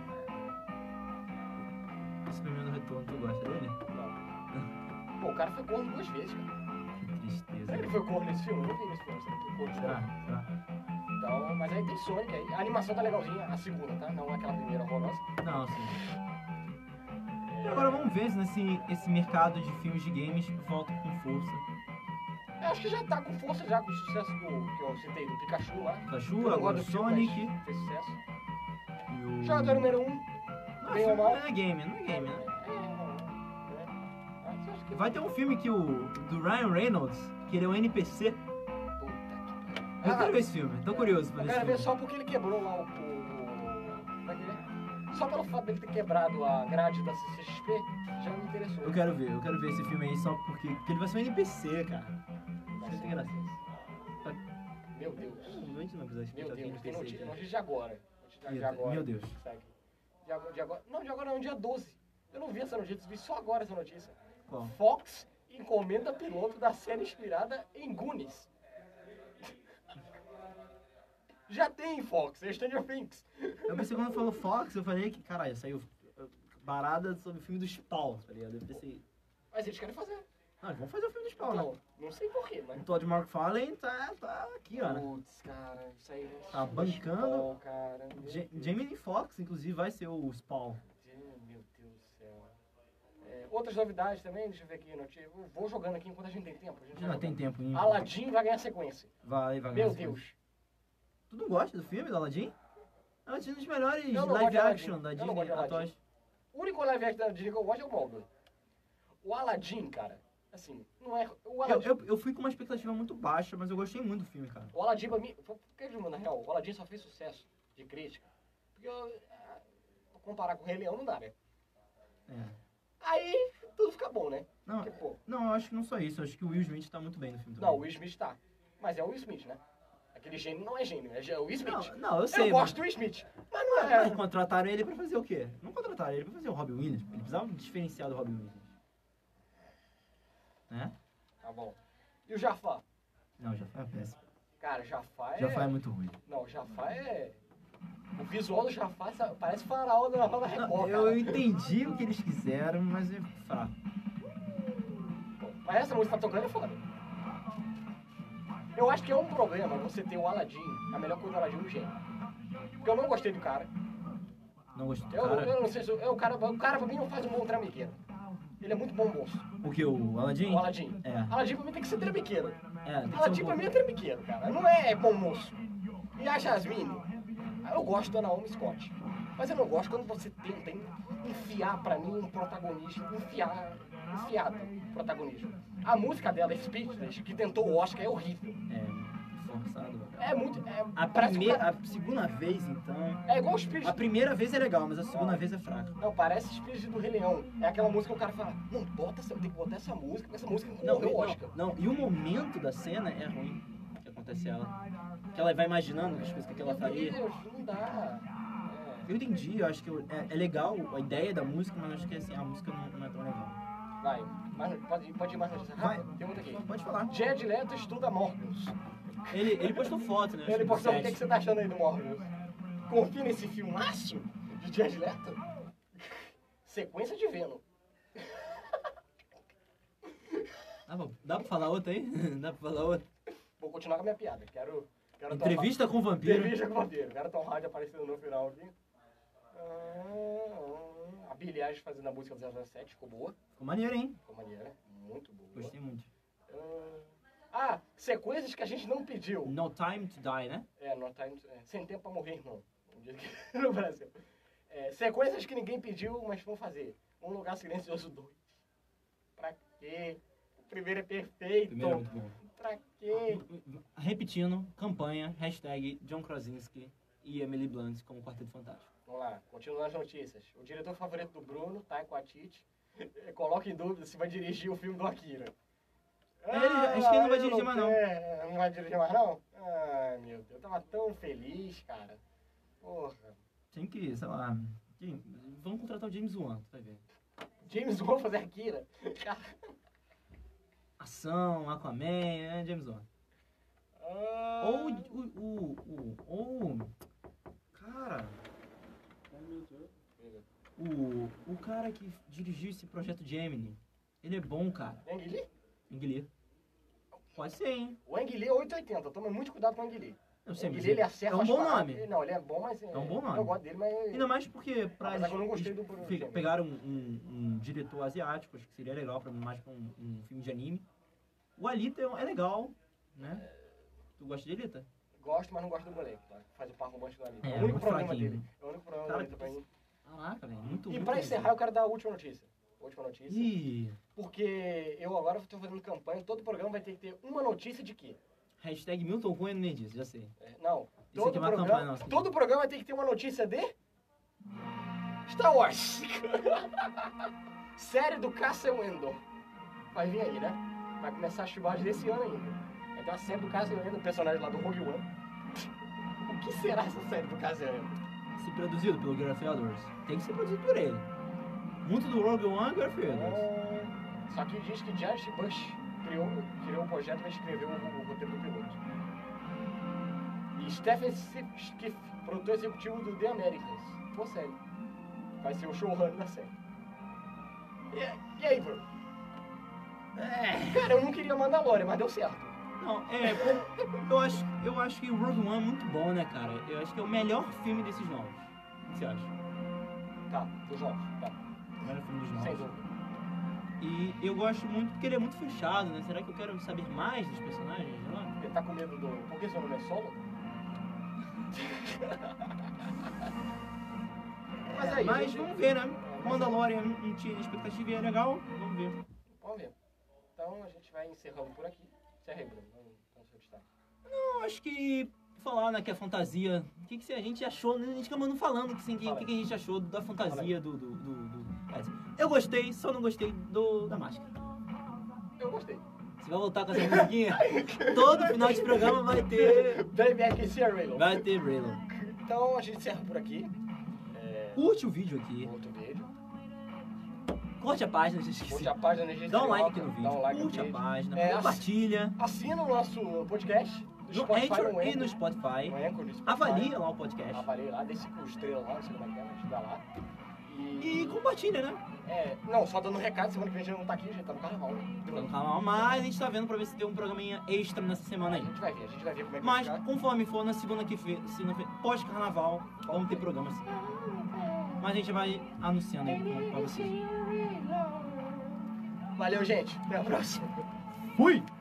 Esse primeiro retorno, tu gosta dele? Não. Pô, o cara foi corno duas vezes, cara. Que tristeza. Será que ele foi corno nesse filme? Eu não vi nesse filme, será que ele foi corno? Será? Não. Será? Então, mas aí tem Sonic aí. A animação tá legalzinha, a segunda, tá? Não aquela primeira horrorosa. Não, sim. E agora vamos ver se nesse esse mercado de filmes de games volta com força. Eu acho que já tá com força já com o sucesso do que eu citei, do Pikachu lá. Eu Pikachu, não agora gosto o do filme, Sonic mas Fez sucesso. e o. Jogador número 1. Um. Não, bem ou filme mal. não é game, não é game, né? é. Ah, Vai ter um filme que o. do Ryan Reynolds, que ele é um NPC. Eu quero ver esse filme, tô curioso pra Ah. Eu ver esse quero ver filme. só porque ele quebrou lá o. o- como é que é? Só pelo fato dele ter quebrado a grade da CCXP, já me interessou. Eu quero ver, eu quero ver esse filme aí só porque, porque ele vai ser um NPC, cara. Vai ser Tem graça. Tá- Meu Deus. A gente não precisa Meu explicar quem é Deus, NPC. tem notícia, aqui. notícia de agora. Notícia de Eita, agora. Meu Deus. Segue. De agora, de agora. Não, de agora não, dia 12. Eu não vi essa notícia, vi só agora essa notícia. Qual? Fox encomenda piloto da série inspirada em Goonies. Já tem Fox, é Stranger Things. Eu pensei quando falou Fox, eu falei que, caralho, saiu parada sobre o filme do Spawn, tá ligado? Eu pensei, Mas eles querem fazer. não, eles vão Ah, fazer o filme do Spawn, né? Não, não sei porquê, mas. O Todd McFarlane tá, tá aqui, ó, né? Putz, cara, isso aí. é Tá bancando. Pô, cara. Meu Ja- Deus. Jamie Lee Foxx, inclusive, vai ser o Spawn. Meu Deus do céu. É, outras novidades também, deixa eu ver aqui. Notícia. Eu vou jogando aqui enquanto a gente tem tempo. A gente Já não vai tem jogando. tempo ainda. Aladdin vai ganhar sequência. Vai, vai. Ah Meu vai. Deus. Tu não gosta do filme, do Aladdin? É um dos melhores Eu não gosto de live action Aladdin. da Eu não Disney gosto de Aladdin. atuais. O único live action da Disney que eu gosto é o Mogli. O Aladdin, cara, assim, não é. O Eu, Aladdin, eu, eu fui com uma expectativa muito baixa, mas eu gostei muito do filme, cara. o Aladdin pra mim. Por que, na real, o Aladdin só fez sucesso de crítica? Porque eu, ah, comparar com o Rei Leão não dá, né? É. Aí tudo fica bom, né? Não, Porque, pô, não, eu acho que não só isso. Eu acho que o Will Smith tá muito bem no filme também. não, o Will Smith tá. Mas é o Will Smith, né? Aquele gênio não é gênio, é gê- o Will Smith. Não, não, eu eu sei. gosto do Will Smith, mas não Mas, mas é. contrataram ele pra fazer o quê? Não contrataram ele pra fazer o Robin Williams. Ele precisava diferenciar do Robin Williams. Né? Tá bom. E o Jafar? Não, já foi a péssimo. Cara, Jafar é. Já foi muito ruim. Não, Jafar é. O visual do Jafar sabe, parece faraó da Roda Não, Record. eu entendi o que eles quiseram, mas é fraco. Mas essa música que tá tocando é foda. Eu acho que é um problema você ter o Aladdin, a melhor coisa do Aladdin no gênio. Porque eu não gostei do cara. Não gostou. Eu, Cara, eu não sei se. Eu, o, cara, o cara pra mim não faz um bom trambiqueiro. Ele é muito bom moço. o que? O Aladdin? O Aladdin. É. Aladdin pra mim tem que ser trambiqueiro. É, tem que ser um Aladdin pouco- pra mim é trambiqueiro, cara. Não é bom moço. E a Jasmine? Ah, Eu gosto da Naomi Scott. Mas eu não gosto quando você tenta en- enfiar pra mim um protagonista, enfiar, enfiado protagonismo. A música dela, Speechless, que tentou o Oscar, é horrível. É, forçado. cara. É muito. É, A, parece um primeira, cara- a segunda vez, então. é igual o Spirit. A primeira vez é legal, mas a segunda vez é fraca. Não, parece Spirit do Rei Leão. É aquela música que o cara fala, não, bota essa, tem que botar essa música, porque essa música Não, concorreu e- ao Oscar. não, não, e o momento da cena é ruim que acontece ela. Que ela vai imaginando as coisas que ela faria. Meu Deus, não dá. É. Eu entendi, eu acho que eu- é, é legal a ideia da música, mas acho que assim, a música não, não é tão legal. Vai, mas pode, pode ir mais notícia. Vai. Rápido, tem outra aqui. Pode falar. Jared Leto é estuda Morbius. Ele, ele postou foto, né? Ele postou, o que, que você. você tá achando aí do Morbius? Confia nesse filmaço de Jared Leto? Sequência de Venom. Dá pra, Ah, dá pra falar outra aí? dá pra falar outra? Vou continuar com a minha piada, quero... quero Tom Entrevista com o Hardy- vampiro. Entrevista com o vampiro. Quero Tom Hardy aparecendo no final aqui. Ah, A Billie Eilish fazendo a música do 007, ficou boa. Ficou maneiro, hein? Ficou maneira, né? muito boa. Gostei muito. Ah, sequências que a gente não pediu. No Time to Die, né? É, no time, é, sem tempo pra morrer, irmão. Um dia que- no Brasil. É, sequências que ninguém pediu, mas vão fazer. Um Lugar Silencioso 2. Pra quê? O primeiro é perfeito. Primeiro é muito bom. Pra quê? Repetindo, campanha, hashtag John Krasinski e Emily Blunt como Quarteto Fantástico. Vamos lá, continuando as notícias. O diretor favorito do Bruno, tá Taiko Atiti, coloca em dúvida se vai dirigir o filme do Akira. Ah, ele- acho que ele não vai eu dirigir mais, não. quero. Não vai dirigir mais, não? Ai, meu Deus. Eu tava tão feliz, cara. Porra. Tem que, sei lá. tem- Vamos contratar o James Wan, tu vai ver. James Wan fazer Akira. Cara. Ação, Aquaman, é James Wan. Ou o. o, o, ou. Cara. O, o cara que dirigiu esse projeto Gemini. Ele é bom, cara. Wang Lee? Inglês. Pode ser, hein? O Ang Lee é 880, toma muito cuidado com o Ang Lee. Eu O sei, Ang mas Lee, ele ele- acerta é um as bom paradas. nome. Ele- Não, ele é bom, mas... É um bom nome. Eu gosto dele, mas... Ainda mais porque pra Apesar que eu não eles- gostei do Bruno Fe- James. pegaram um, um- um diretor asiático, acho que seria legal pra mais pra um, um filme de anime. O Alita é, um- é legal, né? Tu gosta de Alita? Gosto, mas não gosto do moleque, tá? Faz o par romântico do Ali. É, É, o único muito problema fraquinho. dele. É o único problema Cara, dele também. Caraca, velho, muito E muito pra legal. encerrar, eu quero dar a última notícia. Última notícia. Ih, Porque eu agora tô fazendo campanha, todo programa vai ter que ter uma notícia de quê? hashtag Milton Cunha no Nedis, já sei. É, Não. Isso Todo aqui é uma programa, campanha nossa. todo programa vai ter que ter uma notícia de... Star Wars. Série do Cassian Endor. Vai vir aí, né? Vai começar a chuvagem desse ano ainda. Vai ter uma série do Cassian Endor, o personagem lá do Rogue One. o que será essa série do Cassian Endor? Se produzido pelo Gareth Edwards, tem que ser produzido por ele. Muito do Rogue One é Gareth Edwards. Ah, Só que diz que George Bush criou, criou o projeto e escreveu o, o um roteiro do piloto. E Stephen Skiff, produtor executivo do The Americans. Pô, sério. Vai ser o showrunner da série. E, e aí, Bruno? É. Cara, eu não queria Mandalorian, mas deu certo. Não, é, pô, eu acho, eu acho que o Rogue One é muito bom, né, cara? Eu acho que é o melhor filme desses novos. O que você acha? Tá, dos novos, tá. O melhor filme dos Sem novos. dúvida. E eu gosto muito porque ele é muito fechado, né? Será que eu quero saber mais dos personagens? é? Sei lá. Ele tá com medo do. Por que seu nome é solo? mas aí. Mas gente, vamos ver, né? mas aí- Mandalorian não tinha expectativa e é legal. Vamos ver. Vamos ver. Então a gente vai encerrando por aqui. Se arrebrando, vamos vamos pro destaque. Eu acho que falar, né, que a fantasia. O que, que se a gente achou, né? A gente acabou não falando que, assim, que, o Fala aí. que, que a gente achou da Fala aí. fantasia do. do, do, do- é, assim, Eu gostei, só não gostei do, da máscara. Eu gostei. Você vai voltar com essa musiquinha? Todo final de programa vai ter. Baby, I can see a rainbow. Vai ter Raylan. Então a gente encerra por aqui. Curte o vídeo aqui, Outro vídeo. curte a página, já esqueci. Curte a página da gente. Dá um like aqui no Dá um like vídeo, no curte a vídeo. página, É, compartilha. Assina o nosso podcast. No no Spotify, né? Anchor no e no Anchor, Spotify. no Anchor, no Spotify. Avalia lá o podcast. Avalie lá, dê cinco estrelas lá, não sei como é que é, mas dá lá. E compartilha, né? É, não, só dando um recado, semana que vem a gente não tá aqui, a gente tá no carnaval, né? Vamos Então, calma, mas a gente tá vendo pra ver se tem um programinha extra nessa semana A aí. gente vai ver, a gente vai ver como é que Mas, vai ficar. conforme for, na segunda que vem, segunda-feira, pós-carnaval, vamos ter programas. Mas a gente vai anunciando aí pra vocês. Valeu, gente. Até a próxima. Fui!